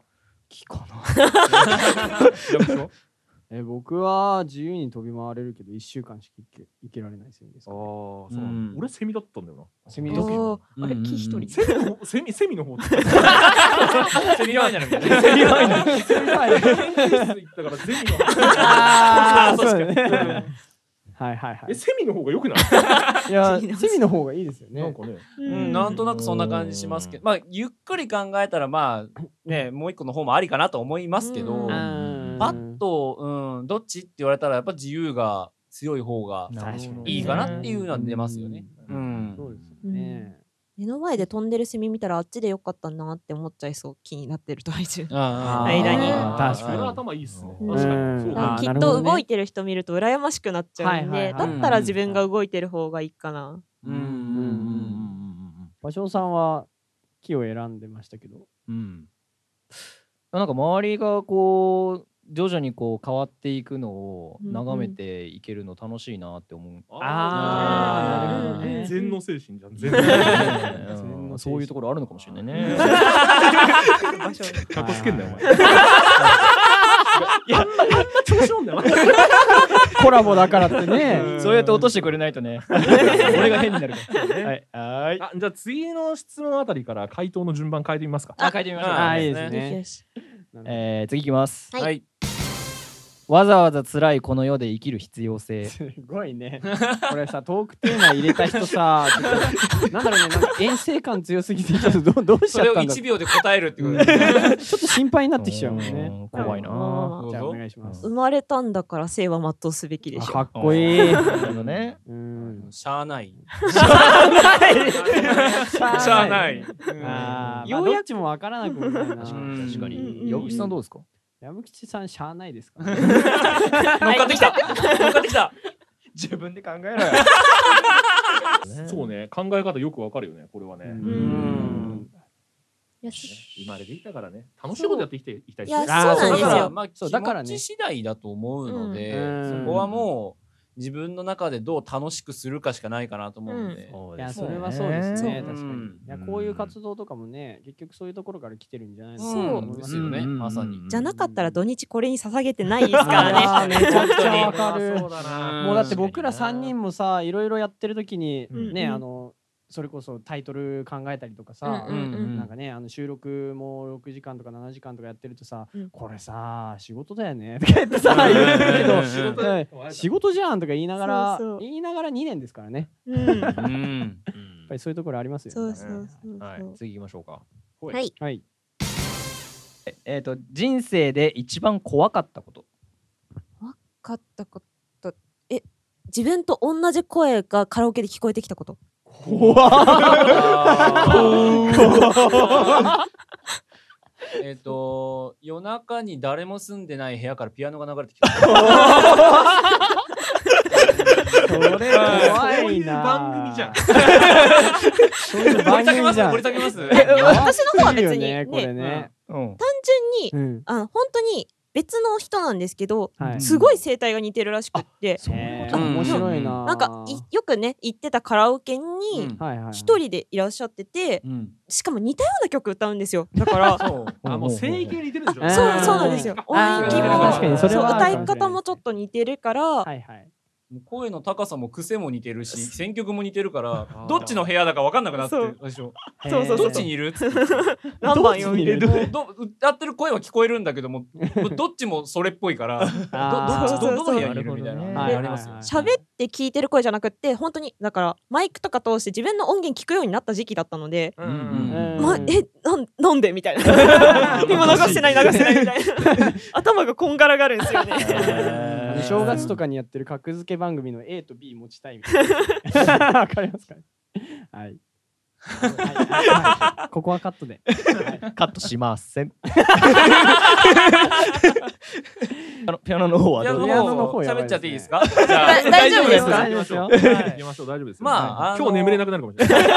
[SPEAKER 1] 木かな。
[SPEAKER 6] 役所
[SPEAKER 3] え、僕は自由に飛び回れるけど、一週間しか生き生きられないセミですかね。
[SPEAKER 6] ああ、
[SPEAKER 4] う
[SPEAKER 6] そ
[SPEAKER 4] な
[SPEAKER 6] う
[SPEAKER 4] の
[SPEAKER 6] ん、俺セミだったんだよな。
[SPEAKER 3] セミだ
[SPEAKER 5] お
[SPEAKER 3] け
[SPEAKER 5] おー、あれ
[SPEAKER 4] うんうんうん
[SPEAKER 5] 木一人。
[SPEAKER 6] セミの方、セミ、セミの方。セミ
[SPEAKER 4] セミファイナルみたいな
[SPEAKER 6] 研究室行ったから、セミの
[SPEAKER 3] ああ、
[SPEAKER 4] そう
[SPEAKER 3] そうだね。はいはいは
[SPEAKER 6] え、セミの方が良くない。
[SPEAKER 3] い。いや、セミの方がいいですよ
[SPEAKER 6] なん
[SPEAKER 3] ね。
[SPEAKER 6] かね。
[SPEAKER 4] うんなんとなくそんな感じしますけど、まあ、ゆっくり考えたら、まあ、ね、もう一個の方もありかなと思いますけ
[SPEAKER 5] う
[SPEAKER 4] ど、
[SPEAKER 5] ん
[SPEAKER 4] パ
[SPEAKER 3] あ
[SPEAKER 4] ッと、うん、どっちって言われたら、やっぱ自由が強い方が
[SPEAKER 3] 確かに
[SPEAKER 4] いいかなっていうのは出ますよね。う
[SPEAKER 3] そうです
[SPEAKER 4] ん。
[SPEAKER 3] よね。
[SPEAKER 5] 目の前で飛んでるセミ見たらあっちでよかったなって思っちゃいそう気になってる
[SPEAKER 3] (laughs)
[SPEAKER 5] 途中
[SPEAKER 4] あー
[SPEAKER 5] 間に
[SPEAKER 4] あ
[SPEAKER 3] 確か
[SPEAKER 4] ー
[SPEAKER 3] に
[SPEAKER 6] それは頭いいっすね。
[SPEAKER 4] う
[SPEAKER 6] 確
[SPEAKER 5] ん
[SPEAKER 6] かに。そう
[SPEAKER 3] あ
[SPEAKER 6] だ
[SPEAKER 3] ー
[SPEAKER 5] き
[SPEAKER 3] な
[SPEAKER 5] っ
[SPEAKER 3] るほど
[SPEAKER 5] と
[SPEAKER 3] ね
[SPEAKER 5] 動いてる人見ると羨ましくなっちゃうん
[SPEAKER 3] はいは
[SPEAKER 5] で
[SPEAKER 3] いは
[SPEAKER 5] だ
[SPEAKER 3] い
[SPEAKER 5] ったら自分が動いてる方がいいかな
[SPEAKER 4] うんうんうん
[SPEAKER 3] 場所さんは木を選んでましたけど。
[SPEAKER 4] うんうん
[SPEAKER 1] なんか周りがこう徐々にこう変わっていくのを
[SPEAKER 5] うんうん
[SPEAKER 1] 眺めていけるの楽しいなって思う。
[SPEAKER 4] あーなるほどね
[SPEAKER 6] 禅の精神じゃん。禅。
[SPEAKER 1] うんそういうところあるのかもしれないね。
[SPEAKER 6] かっこつけんなよ、お前。
[SPEAKER 3] コラボだからってね。
[SPEAKER 1] そう
[SPEAKER 5] (laughs)
[SPEAKER 1] やって落としてくれないとね。俺が変になるから。はい。はーい。
[SPEAKER 6] あ、じゃあ、次の質問あたりから、回答の順番変えてみますか。
[SPEAKER 1] あ、書いてみましょう。
[SPEAKER 4] あ
[SPEAKER 3] あ
[SPEAKER 1] は
[SPEAKER 3] あ、
[SPEAKER 1] い。
[SPEAKER 3] いいです
[SPEAKER 5] よし
[SPEAKER 3] ね
[SPEAKER 5] よ。し
[SPEAKER 1] えー次いきます。
[SPEAKER 5] はい
[SPEAKER 4] はい。
[SPEAKER 1] わざわざ辛いこの世で生きる必要性。
[SPEAKER 3] すごい
[SPEAKER 4] (laughs)
[SPEAKER 3] ね。これさ、トークテーマ入れた人さ、ちょっとなんだろうね、なんか遠征感強すぎて、ちょっとどうどうしち
[SPEAKER 4] そ
[SPEAKER 3] ゃ
[SPEAKER 4] れを
[SPEAKER 3] ったんだ
[SPEAKER 4] 1秒で答えるってことですね。
[SPEAKER 3] ちょっと心配になってきちゃうもん
[SPEAKER 1] う
[SPEAKER 3] ね。
[SPEAKER 1] ん怖いな
[SPEAKER 5] あー
[SPEAKER 3] じゃあ、お願いします。
[SPEAKER 5] 生まれたんだから性は全うすべきで
[SPEAKER 3] あ
[SPEAKER 5] し
[SPEAKER 3] か
[SPEAKER 5] ょ
[SPEAKER 3] っこいい。
[SPEAKER 1] なるほどね。
[SPEAKER 3] うん。
[SPEAKER 4] しゃあない。
[SPEAKER 3] し
[SPEAKER 4] しゃ
[SPEAKER 6] (laughs)
[SPEAKER 4] あない。
[SPEAKER 3] あーま
[SPEAKER 5] よ
[SPEAKER 3] あ、
[SPEAKER 5] うやく
[SPEAKER 3] どっちもわからなくもないな。
[SPEAKER 4] うん
[SPEAKER 1] 確か
[SPEAKER 5] うん
[SPEAKER 1] に。矢口さんどうですか
[SPEAKER 3] 矢吹さん、しゃあないですか、
[SPEAKER 4] 乗っかってきた。乗っかってきた。
[SPEAKER 1] 自分で考えろよ。
[SPEAKER 6] そうね、考え方よくわかるよね、これはね。
[SPEAKER 3] うん
[SPEAKER 7] よし
[SPEAKER 6] 生まれてきたからね楽しいことやってきていきたい
[SPEAKER 5] い
[SPEAKER 6] しね
[SPEAKER 5] や、そうなんです
[SPEAKER 4] だから
[SPEAKER 5] よ。
[SPEAKER 4] まあ
[SPEAKER 3] そう
[SPEAKER 4] 気
[SPEAKER 3] だから
[SPEAKER 4] 持
[SPEAKER 3] ね
[SPEAKER 4] ち次第だと思うので、
[SPEAKER 3] うん
[SPEAKER 4] そこはもう自分の中でどう楽しくするかしかないかなと思うので、
[SPEAKER 1] そう
[SPEAKER 3] い
[SPEAKER 1] で
[SPEAKER 3] や
[SPEAKER 1] す
[SPEAKER 3] それはそうですね
[SPEAKER 4] そう
[SPEAKER 3] 確かに
[SPEAKER 4] うん
[SPEAKER 3] いやこういう活動とかもね結局そういうところから来てるんじゃないの
[SPEAKER 4] そう
[SPEAKER 3] かなと思い
[SPEAKER 4] で
[SPEAKER 3] ますす
[SPEAKER 4] よ
[SPEAKER 3] よ
[SPEAKER 4] ね、まさに。
[SPEAKER 5] じゃなかったら土日これに捧げてないですからね。
[SPEAKER 3] ねめちゃくちゃわか
[SPEAKER 6] そ
[SPEAKER 3] る
[SPEAKER 6] うだな
[SPEAKER 3] もうだって僕ら3人もさいろいろやってる時に
[SPEAKER 6] うん
[SPEAKER 3] ね
[SPEAKER 5] うん
[SPEAKER 3] あのそれこそタイトル考えたりとか (laughs) さ
[SPEAKER 5] うんうんうん
[SPEAKER 3] なんかねあの収録も6時間とか7時間とかやってるとさ
[SPEAKER 5] うん
[SPEAKER 3] これさ仕事だよねとか言ってさ言うけど
[SPEAKER 4] 仕事
[SPEAKER 3] うん仕事じゃんとか言いながら
[SPEAKER 5] そうそう
[SPEAKER 3] 言いながら2年ですからねや
[SPEAKER 5] うん
[SPEAKER 3] (laughs)
[SPEAKER 5] (laughs)
[SPEAKER 4] うん
[SPEAKER 3] っぱりそういうところありますよね
[SPEAKER 5] そうそうそうそ
[SPEAKER 6] は
[SPEAKER 5] う
[SPEAKER 6] い。次行きましょうか
[SPEAKER 7] はい
[SPEAKER 3] はい
[SPEAKER 1] えっ、と人生で一番怖かったこと。
[SPEAKER 5] 勝ったことえ自分と同じ声がカラオケで聞こえてきたこと
[SPEAKER 4] えっと夜中に誰も住んでない部屋からピアノが流れて
[SPEAKER 5] (laughs)
[SPEAKER 4] きた。
[SPEAKER 3] それ怖いなそういう番組じゃん
[SPEAKER 4] これます。これ
[SPEAKER 5] い
[SPEAKER 4] 避けます
[SPEAKER 5] や私の方は別
[SPEAKER 3] 怖
[SPEAKER 5] に
[SPEAKER 3] いよねこれね
[SPEAKER 1] うん。
[SPEAKER 5] 単純に
[SPEAKER 3] うん
[SPEAKER 5] あ本当に別の人なんですけど
[SPEAKER 3] はい
[SPEAKER 5] すごい声帯が似てるらしくって
[SPEAKER 3] そういう
[SPEAKER 4] こと
[SPEAKER 3] 面白いな
[SPEAKER 5] なんかいよくね行ってたカラオケに
[SPEAKER 4] うん
[SPEAKER 3] はいはいはい
[SPEAKER 5] 一人でいらっしゃってて
[SPEAKER 4] うん。
[SPEAKER 5] しかも似たような曲歌うんですよだからそ
[SPEAKER 4] そう。
[SPEAKER 6] あもう声域が似てるんでしょ
[SPEAKER 3] あ
[SPEAKER 5] う
[SPEAKER 3] ー
[SPEAKER 5] そうなんですよ音域も
[SPEAKER 4] 確かにそれ
[SPEAKER 5] そう
[SPEAKER 4] はある
[SPEAKER 5] 歌
[SPEAKER 4] か
[SPEAKER 5] い方もちょっと似てるから、
[SPEAKER 3] はいはい
[SPEAKER 4] もう声の高さも癖も似
[SPEAKER 5] (laughs)
[SPEAKER 4] てるし選曲も似てるからどっちの部屋だか分かんなくなって
[SPEAKER 5] そう
[SPEAKER 4] 最初
[SPEAKER 5] そうそうそう
[SPEAKER 4] どっちにいるっつって
[SPEAKER 5] 何番読んで
[SPEAKER 3] ど
[SPEAKER 5] る
[SPEAKER 4] もうど歌ってる声は聞こえるんだけどももうどっちもそれっぽいからど
[SPEAKER 3] あー
[SPEAKER 4] どどどの部屋にいるみたいな
[SPEAKER 1] そうそうそう
[SPEAKER 3] はい
[SPEAKER 4] ありますよ
[SPEAKER 3] はいはい
[SPEAKER 5] 喋って聞いてる声じゃなくって本当にだからマイクとか通して自分の音源聞くようになった時期だったので、
[SPEAKER 6] うん
[SPEAKER 4] うん
[SPEAKER 3] うん
[SPEAKER 5] ま、えなんなんでみたいな今流してない流してないみたいな頭がこんがらがるんですよね
[SPEAKER 1] (laughs)
[SPEAKER 3] あ
[SPEAKER 4] へ
[SPEAKER 3] の
[SPEAKER 4] ー
[SPEAKER 3] 正月とかにやってる格付け番組の A と B 持ちたいみたいなわかりますかはいはいはいここはカットで
[SPEAKER 1] カットしません。あのピアノの方は
[SPEAKER 4] ピア
[SPEAKER 1] どう
[SPEAKER 4] ノ
[SPEAKER 1] ぞ。
[SPEAKER 4] の
[SPEAKER 3] の
[SPEAKER 4] 方
[SPEAKER 3] 方やば
[SPEAKER 4] 喋
[SPEAKER 3] いですね
[SPEAKER 4] っちゃっていいですかじゃあ
[SPEAKER 5] だ大丈夫です
[SPEAKER 3] 大丈夫ですよ
[SPEAKER 6] 行きましょう大丈夫ですよ
[SPEAKER 4] まああの
[SPEAKER 6] 今日眠れなくなるかもしれない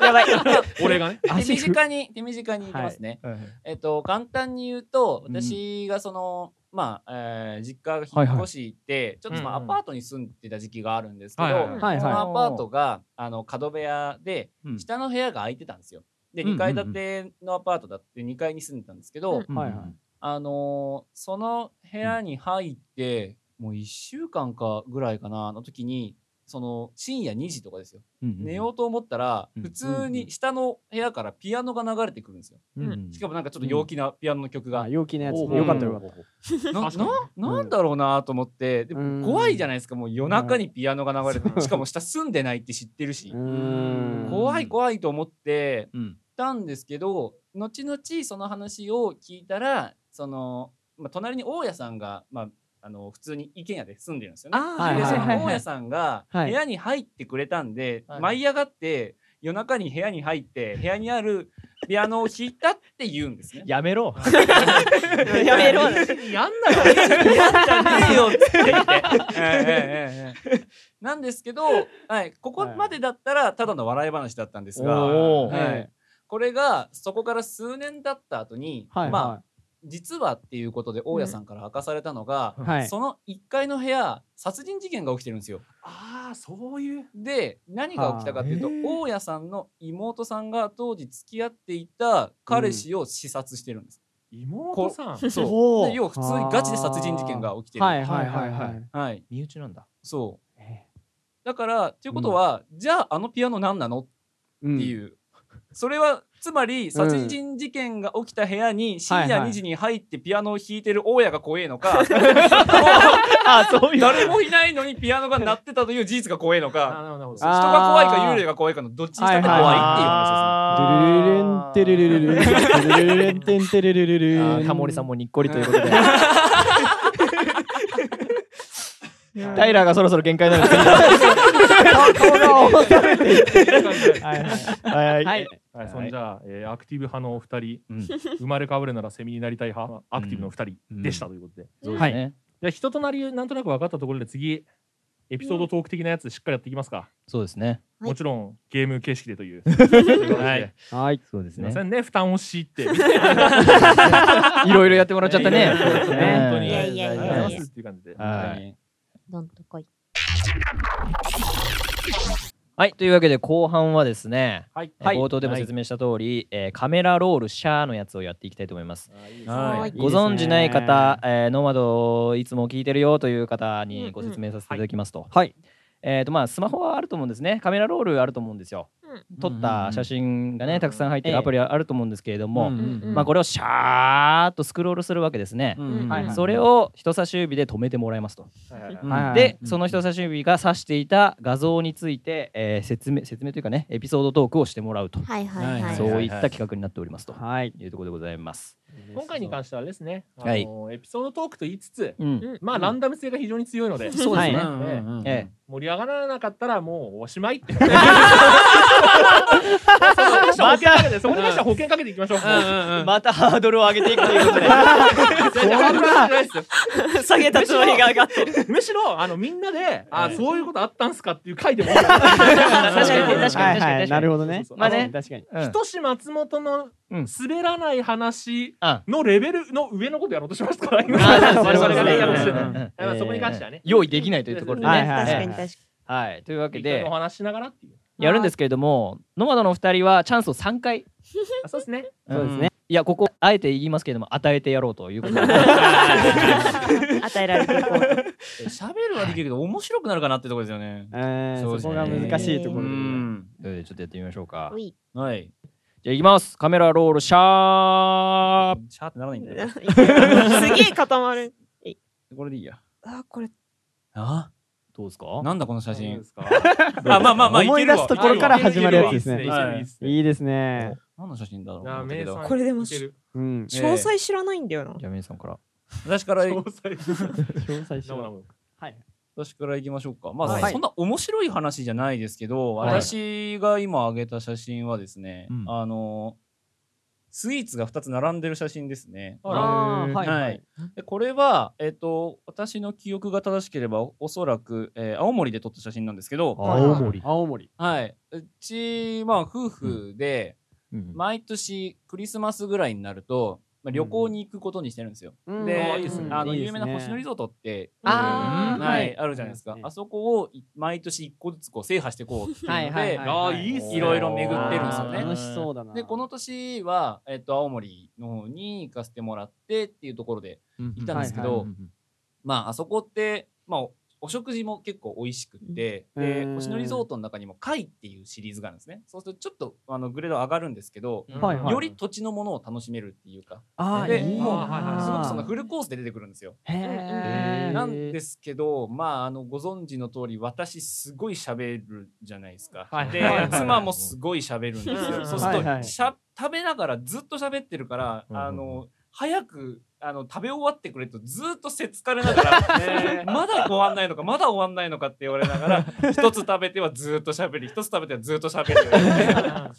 [SPEAKER 5] やばい
[SPEAKER 6] (laughs) 俺がね
[SPEAKER 4] 手短に手短にいきますね
[SPEAKER 1] はい
[SPEAKER 4] えっと簡単に言うと
[SPEAKER 1] うん
[SPEAKER 4] 私がそのまあえー実家
[SPEAKER 1] は
[SPEAKER 4] が
[SPEAKER 1] い
[SPEAKER 4] 引
[SPEAKER 1] はい
[SPEAKER 4] っ越してちょっとまあ
[SPEAKER 6] う
[SPEAKER 4] ア
[SPEAKER 6] んうん
[SPEAKER 4] パートに住んでた時期があるんですけ
[SPEAKER 6] はいはい
[SPEAKER 4] ど
[SPEAKER 6] はい
[SPEAKER 3] はい
[SPEAKER 4] その
[SPEAKER 3] は
[SPEAKER 4] アパートがあの角部屋で
[SPEAKER 1] うん
[SPEAKER 4] 下の部屋が空いてたんですよ。で
[SPEAKER 1] うんうんう
[SPEAKER 4] 2
[SPEAKER 1] ん
[SPEAKER 4] 階建てのアパートだって2階に住んでたんですけど、
[SPEAKER 5] うん
[SPEAKER 3] いはいはい
[SPEAKER 4] あのーその部屋に入って、もう1週間かぐらいかなの時にその深夜2時とかですよ、寝ようと思ったら、
[SPEAKER 1] うん
[SPEAKER 4] 普通に下の部屋からピアノが流れてくるんですよ。
[SPEAKER 1] う
[SPEAKER 4] しかもなんかちょっと陽気なピアノの曲が、
[SPEAKER 3] あ陽気なやつ
[SPEAKER 4] おう
[SPEAKER 3] よかったよかった
[SPEAKER 4] なな
[SPEAKER 6] 確か
[SPEAKER 4] なんだろうなと思ってで
[SPEAKER 3] うん
[SPEAKER 4] 怖いじゃないですかもう夜中にピアノが流れて、しかも下住んでないって知ってるし
[SPEAKER 3] う、ーん
[SPEAKER 4] 怖い怖いと思って
[SPEAKER 1] うん
[SPEAKER 4] 行ったんですけど後々その話を聞いたらその、まあ、隣に大家さんが、まあ、あの普通に一軒家で住んでるんですよね。
[SPEAKER 3] はい
[SPEAKER 4] で
[SPEAKER 3] は
[SPEAKER 4] そ
[SPEAKER 3] いはい
[SPEAKER 4] の大家さんが部
[SPEAKER 3] はい
[SPEAKER 4] 屋に入ってくれたんで、
[SPEAKER 1] はい
[SPEAKER 4] 舞い上がって夜中に部屋に入って部屋にあるピアノを弾いたって言うんですね。
[SPEAKER 1] やめろ。
[SPEAKER 5] やめろ
[SPEAKER 6] やんなよ
[SPEAKER 4] ねえよって言ってええええええなんですけど、はい、ここまでだったらただの笑い話だったんですが、
[SPEAKER 1] おー
[SPEAKER 4] はいこれがそこから数年経った後に、
[SPEAKER 3] はい
[SPEAKER 4] まあ
[SPEAKER 3] は
[SPEAKER 4] 実はっていうことで大家さんから明かされたのが、
[SPEAKER 3] いはい
[SPEAKER 4] その1階の部屋殺人事件が起きてるんですよ
[SPEAKER 6] ああそういう
[SPEAKER 4] で何が起きたかっていうと
[SPEAKER 6] はあへえ
[SPEAKER 4] 大家さんの妹さんが当時付き合っていた彼氏を刺殺してるんです、
[SPEAKER 6] 妹さん
[SPEAKER 4] そう
[SPEAKER 1] お
[SPEAKER 4] で要は普通にガチで殺人事件が起きてる
[SPEAKER 3] はいはいはいは
[SPEAKER 6] はい
[SPEAKER 4] はい、
[SPEAKER 1] 身内なんだ。
[SPEAKER 4] そう
[SPEAKER 3] え
[SPEAKER 4] だからということは、じゃああのピアノ何なの
[SPEAKER 3] ー
[SPEAKER 4] っていう、それはつまり殺人事件が起きた部屋に深
[SPEAKER 3] はい
[SPEAKER 4] 夜
[SPEAKER 3] はい
[SPEAKER 4] 2時に入ってピアノを弾いてる大家が怖えのか、 (laughs)
[SPEAKER 1] あ、そういう。
[SPEAKER 4] 誰もいないのにピアノが鳴ってたという事実が怖いの
[SPEAKER 6] あな
[SPEAKER 4] か
[SPEAKER 6] るほどなるほど
[SPEAKER 4] 人が怖いか幽霊が怖いかのどっちにしたって怖いっていう話
[SPEAKER 1] あ
[SPEAKER 3] ドゥルルルンテルルルルンテンテルル
[SPEAKER 1] ー
[SPEAKER 3] ルル
[SPEAKER 1] あ
[SPEAKER 3] ン
[SPEAKER 1] ータモリさんもにっこりということで。タイラーがそろそろ限界なんですけ
[SPEAKER 3] は
[SPEAKER 1] ど。はい
[SPEAKER 3] いはいはい。
[SPEAKER 6] はいそんじゃあえーアクティブ派のお二人生まれ変わるならセミになりたい派アクティブのお二人でしたということで
[SPEAKER 1] はい。
[SPEAKER 6] じゃあ人となりなんとなく分かったところで次エピソードトーク的なやつでしっかりやっていきますか。
[SPEAKER 1] そうですね。
[SPEAKER 5] はい
[SPEAKER 6] もちろんゲーム形式でという。はい。
[SPEAKER 3] はい。
[SPEAKER 1] そうです
[SPEAKER 6] すいま
[SPEAKER 1] ね
[SPEAKER 6] せ。んね、負担を強い
[SPEAKER 1] (laughs)
[SPEAKER 6] て。
[SPEAKER 1] いろいろやってもらっちゃったね。
[SPEAKER 6] そうですね本当に。
[SPEAKER 5] いやいやい
[SPEAKER 6] ありが
[SPEAKER 5] やいや
[SPEAKER 6] とうござますっていう感じで。
[SPEAKER 1] は。
[SPEAKER 4] はいい
[SPEAKER 5] どんとこい。
[SPEAKER 1] はい、というわけで後半はですね、
[SPEAKER 6] はい
[SPEAKER 1] えー冒頭でも説明した通り、えーカメラロールシャーのやつをやっていきたいと思います。
[SPEAKER 5] は
[SPEAKER 4] はいい。
[SPEAKER 1] ご存知ない方、えーノマドをいつも聞いてるよという方にご説明させていただきますと、はい。えーとまあスマホはあると思うんですね。カメラロールあると思うんですよ。撮った写真がね、たくさん入ってるアプリあると思うんですけれども、
[SPEAKER 5] うん
[SPEAKER 1] まあこれをシャーっとスクロールするわけですね。
[SPEAKER 5] んはいはい
[SPEAKER 1] それを人差し指で止めてもらいますと。
[SPEAKER 3] はい
[SPEAKER 1] で、その人差し指が指していた画像について、えー説明説明というかねエピソードトークをしてもらうと、
[SPEAKER 5] はいはいは。
[SPEAKER 4] はい
[SPEAKER 1] そ
[SPEAKER 5] そう
[SPEAKER 1] いった企画になっておりますと
[SPEAKER 3] はい。
[SPEAKER 1] いうところでございます。
[SPEAKER 6] 今回に関してはあれですね、あ
[SPEAKER 1] はい
[SPEAKER 6] のエピソードトークと言いつつ、
[SPEAKER 1] うん、
[SPEAKER 6] まあランダム性が非常に強いので、
[SPEAKER 4] そうですね
[SPEAKER 1] はい
[SPEAKER 4] うんうんうん。
[SPEAKER 1] え
[SPEAKER 6] 盛り上がらなかったらもうおしまいって。
[SPEAKER 1] ま
[SPEAKER 6] そこに関しては保険かけ
[SPEAKER 1] た
[SPEAKER 6] て (laughs) そこに関しては保険かけていきましょう。
[SPEAKER 1] またハードルを上げていくということで、
[SPEAKER 6] 全然ハードル高くないですよ
[SPEAKER 5] 下げたつもりが上がってる。
[SPEAKER 6] むしろあのみんなで、あそういうことあったんすかっていう回でも。
[SPEAKER 1] 確かに確かに確かに確
[SPEAKER 3] はい
[SPEAKER 1] か
[SPEAKER 3] は
[SPEAKER 1] に
[SPEAKER 3] い。なるほどね。
[SPEAKER 1] まあね
[SPEAKER 3] 確かに。
[SPEAKER 1] うん
[SPEAKER 6] 人志松本の
[SPEAKER 1] うん
[SPEAKER 6] 滑らない話
[SPEAKER 1] あ
[SPEAKER 6] のレベルの上のことやろうとしますから、今。
[SPEAKER 1] あそう
[SPEAKER 6] 我々がね、やろうとして
[SPEAKER 1] う
[SPEAKER 6] る。
[SPEAKER 1] んうん
[SPEAKER 6] まあそこに関してはね
[SPEAKER 1] 用意できないというところでね。
[SPEAKER 3] はいはい
[SPEAKER 5] 確かに確かに。
[SPEAKER 1] はいというわけ
[SPEAKER 6] 一回
[SPEAKER 1] で
[SPEAKER 6] お話ししながらっていう。
[SPEAKER 1] やるんですけれどもノマドのお二人はチャンスを3回
[SPEAKER 6] あそうですね。
[SPEAKER 3] そうですね。
[SPEAKER 1] いやここあえて言いますけれども与えてやろうということで
[SPEAKER 5] 与えられて
[SPEAKER 3] (laughs)
[SPEAKER 5] いこう。
[SPEAKER 4] え喋るはできるけど面白くなるかなってところですよね。
[SPEAKER 3] え
[SPEAKER 4] そう
[SPEAKER 3] ー
[SPEAKER 4] です
[SPEAKER 3] そ
[SPEAKER 4] ね
[SPEAKER 3] こが難しいと
[SPEAKER 4] う
[SPEAKER 3] ころでございます。
[SPEAKER 4] ん。
[SPEAKER 1] ということでちょっとやってみましょうか
[SPEAKER 5] う。い。
[SPEAKER 4] はい。
[SPEAKER 1] じゃあいきますカメラロールシャープ
[SPEAKER 4] シャーってならないんだよ。
[SPEAKER 5] (laughs) すげえ固まる。
[SPEAKER 4] これでいいや。
[SPEAKER 5] あ、これ。
[SPEAKER 4] あ
[SPEAKER 1] どうですか
[SPEAKER 4] なんだこの写真。
[SPEAKER 6] か。
[SPEAKER 4] あ、まあまあまあ、
[SPEAKER 3] 思い出すところから始まるやつですね
[SPEAKER 6] いいねいいねいいね
[SPEAKER 3] いいですね。
[SPEAKER 4] 何の写真だろうと
[SPEAKER 6] あ
[SPEAKER 4] 思ったけ
[SPEAKER 6] 名
[SPEAKER 4] ど
[SPEAKER 6] 産
[SPEAKER 5] これでもし
[SPEAKER 6] いける
[SPEAKER 3] うん。
[SPEAKER 4] ええ
[SPEAKER 5] 詳細知らないんだよな。
[SPEAKER 1] じゃあメイさんから。
[SPEAKER 4] 私から、
[SPEAKER 6] 詳細
[SPEAKER 3] 詳細し
[SPEAKER 6] な
[SPEAKER 3] よ
[SPEAKER 6] もな
[SPEAKER 3] う。
[SPEAKER 6] も
[SPEAKER 3] はい。
[SPEAKER 4] 私から行きましょうか。まあ、
[SPEAKER 1] はい
[SPEAKER 4] そんな面白い話じゃないですけど、
[SPEAKER 1] はい
[SPEAKER 4] 私が今上げた写真はですね、
[SPEAKER 2] うん
[SPEAKER 4] あの、スイーツが2つ並んでる写真ですね。
[SPEAKER 1] あーはい
[SPEAKER 4] はい。でこれは、えっ、と、私の記憶が正しければ、おそらく、えー青森で撮った写真なんですけど、
[SPEAKER 1] 青森。
[SPEAKER 3] 青森。
[SPEAKER 4] はいうち、まあ、夫婦で、
[SPEAKER 1] うん
[SPEAKER 4] 毎年クリスマスぐらいになると、まあ、旅行に行くことにしてるんですよ。
[SPEAKER 3] うん
[SPEAKER 4] で、
[SPEAKER 3] あいいですね
[SPEAKER 4] あの
[SPEAKER 3] いいで
[SPEAKER 4] 有
[SPEAKER 3] す
[SPEAKER 4] 名
[SPEAKER 3] ね
[SPEAKER 4] な星野リゾートって、
[SPEAKER 1] あー
[SPEAKER 4] はい
[SPEAKER 1] はい
[SPEAKER 4] あるじゃないですか。
[SPEAKER 3] ね
[SPEAKER 4] あそこをい毎年一個ずつこう制覇してこうっていうので、
[SPEAKER 1] はいはいはい
[SPEAKER 6] ああ、いいっすね。
[SPEAKER 4] いろいろ巡ってるんですよね
[SPEAKER 3] あー楽しそうだな。
[SPEAKER 4] でこの年は、えっと青森の方に行かせてもらってっていうところで行ったんですけど、
[SPEAKER 3] はいは
[SPEAKER 4] まああそこって、まあ、おお食事も結構美味しくって、
[SPEAKER 3] うん
[SPEAKER 4] で
[SPEAKER 3] うん
[SPEAKER 4] 星野リゾートの中にも貝っていうシリーズがあるんですね。そうするとちょっとあのグレード上がるんですけど、
[SPEAKER 3] はいはい
[SPEAKER 4] より土地のものを楽しめるっていうか、
[SPEAKER 3] あー
[SPEAKER 4] で
[SPEAKER 3] いいな
[SPEAKER 4] もう
[SPEAKER 6] あー
[SPEAKER 4] すごくそのフルコースで出てくるんですよ。
[SPEAKER 3] へえ。
[SPEAKER 4] なんですけど、まあ、あのご存知の通り私すごい喋るじゃないですか。
[SPEAKER 6] はい
[SPEAKER 4] で
[SPEAKER 6] はい
[SPEAKER 4] 妻もすごい喋るんです
[SPEAKER 5] う
[SPEAKER 4] よ。
[SPEAKER 5] ん
[SPEAKER 4] そうする
[SPEAKER 3] は
[SPEAKER 4] と、
[SPEAKER 3] いはい
[SPEAKER 4] しゃ食べながらずっと喋ってるから、
[SPEAKER 1] うん
[SPEAKER 4] あの早くあの食べ終わってくれとずっとせっつかれながら、まだ終わんないのかまだ終わんないのかって言われなが
[SPEAKER 3] (laughs)
[SPEAKER 4] ら一つ食べてはずっと喋り一つ食べてはずっと喋
[SPEAKER 3] (laughs)
[SPEAKER 4] る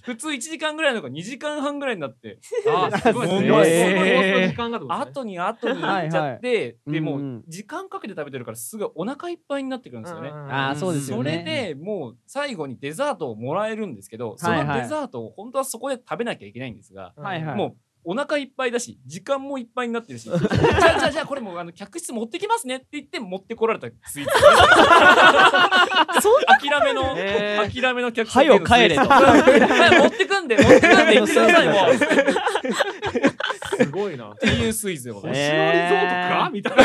[SPEAKER 4] 普通1時間ぐらいのが2時間半ぐらいになって
[SPEAKER 6] あーすごいですね。
[SPEAKER 4] ものすごい
[SPEAKER 6] えー時間がどうですね
[SPEAKER 4] 後に後に行っちゃって、
[SPEAKER 3] はい
[SPEAKER 4] でも
[SPEAKER 3] うんう
[SPEAKER 4] うん時間かけて食べてるからすぐお腹いっぱいになってくるんですよね。
[SPEAKER 3] ああ、そうですよ
[SPEAKER 4] それ
[SPEAKER 3] ね。
[SPEAKER 4] でもう最後にデザートをもらえるんですけど、そ
[SPEAKER 3] はいはい
[SPEAKER 4] のデザートを本当はそこで食べなきゃいけないんですが、
[SPEAKER 3] はいはい。
[SPEAKER 4] もうお腹いっぱいだし時間もいっぱいにな
[SPEAKER 3] (laughs)
[SPEAKER 4] ってるしじゃあじゃあじゃあこれもうあの客室持ってきますねって言って持ってこられたスイーツ諦めの、
[SPEAKER 1] え
[SPEAKER 4] 諦めの客室
[SPEAKER 1] はよ帰れと
[SPEAKER 4] スイーツはい持ってくんで持ってくんで行ってくださいもうっ
[SPEAKER 6] すごいな。
[SPEAKER 4] ていうスイーツでございます。
[SPEAKER 3] (laughs)
[SPEAKER 6] 星野リゾートかみたいな。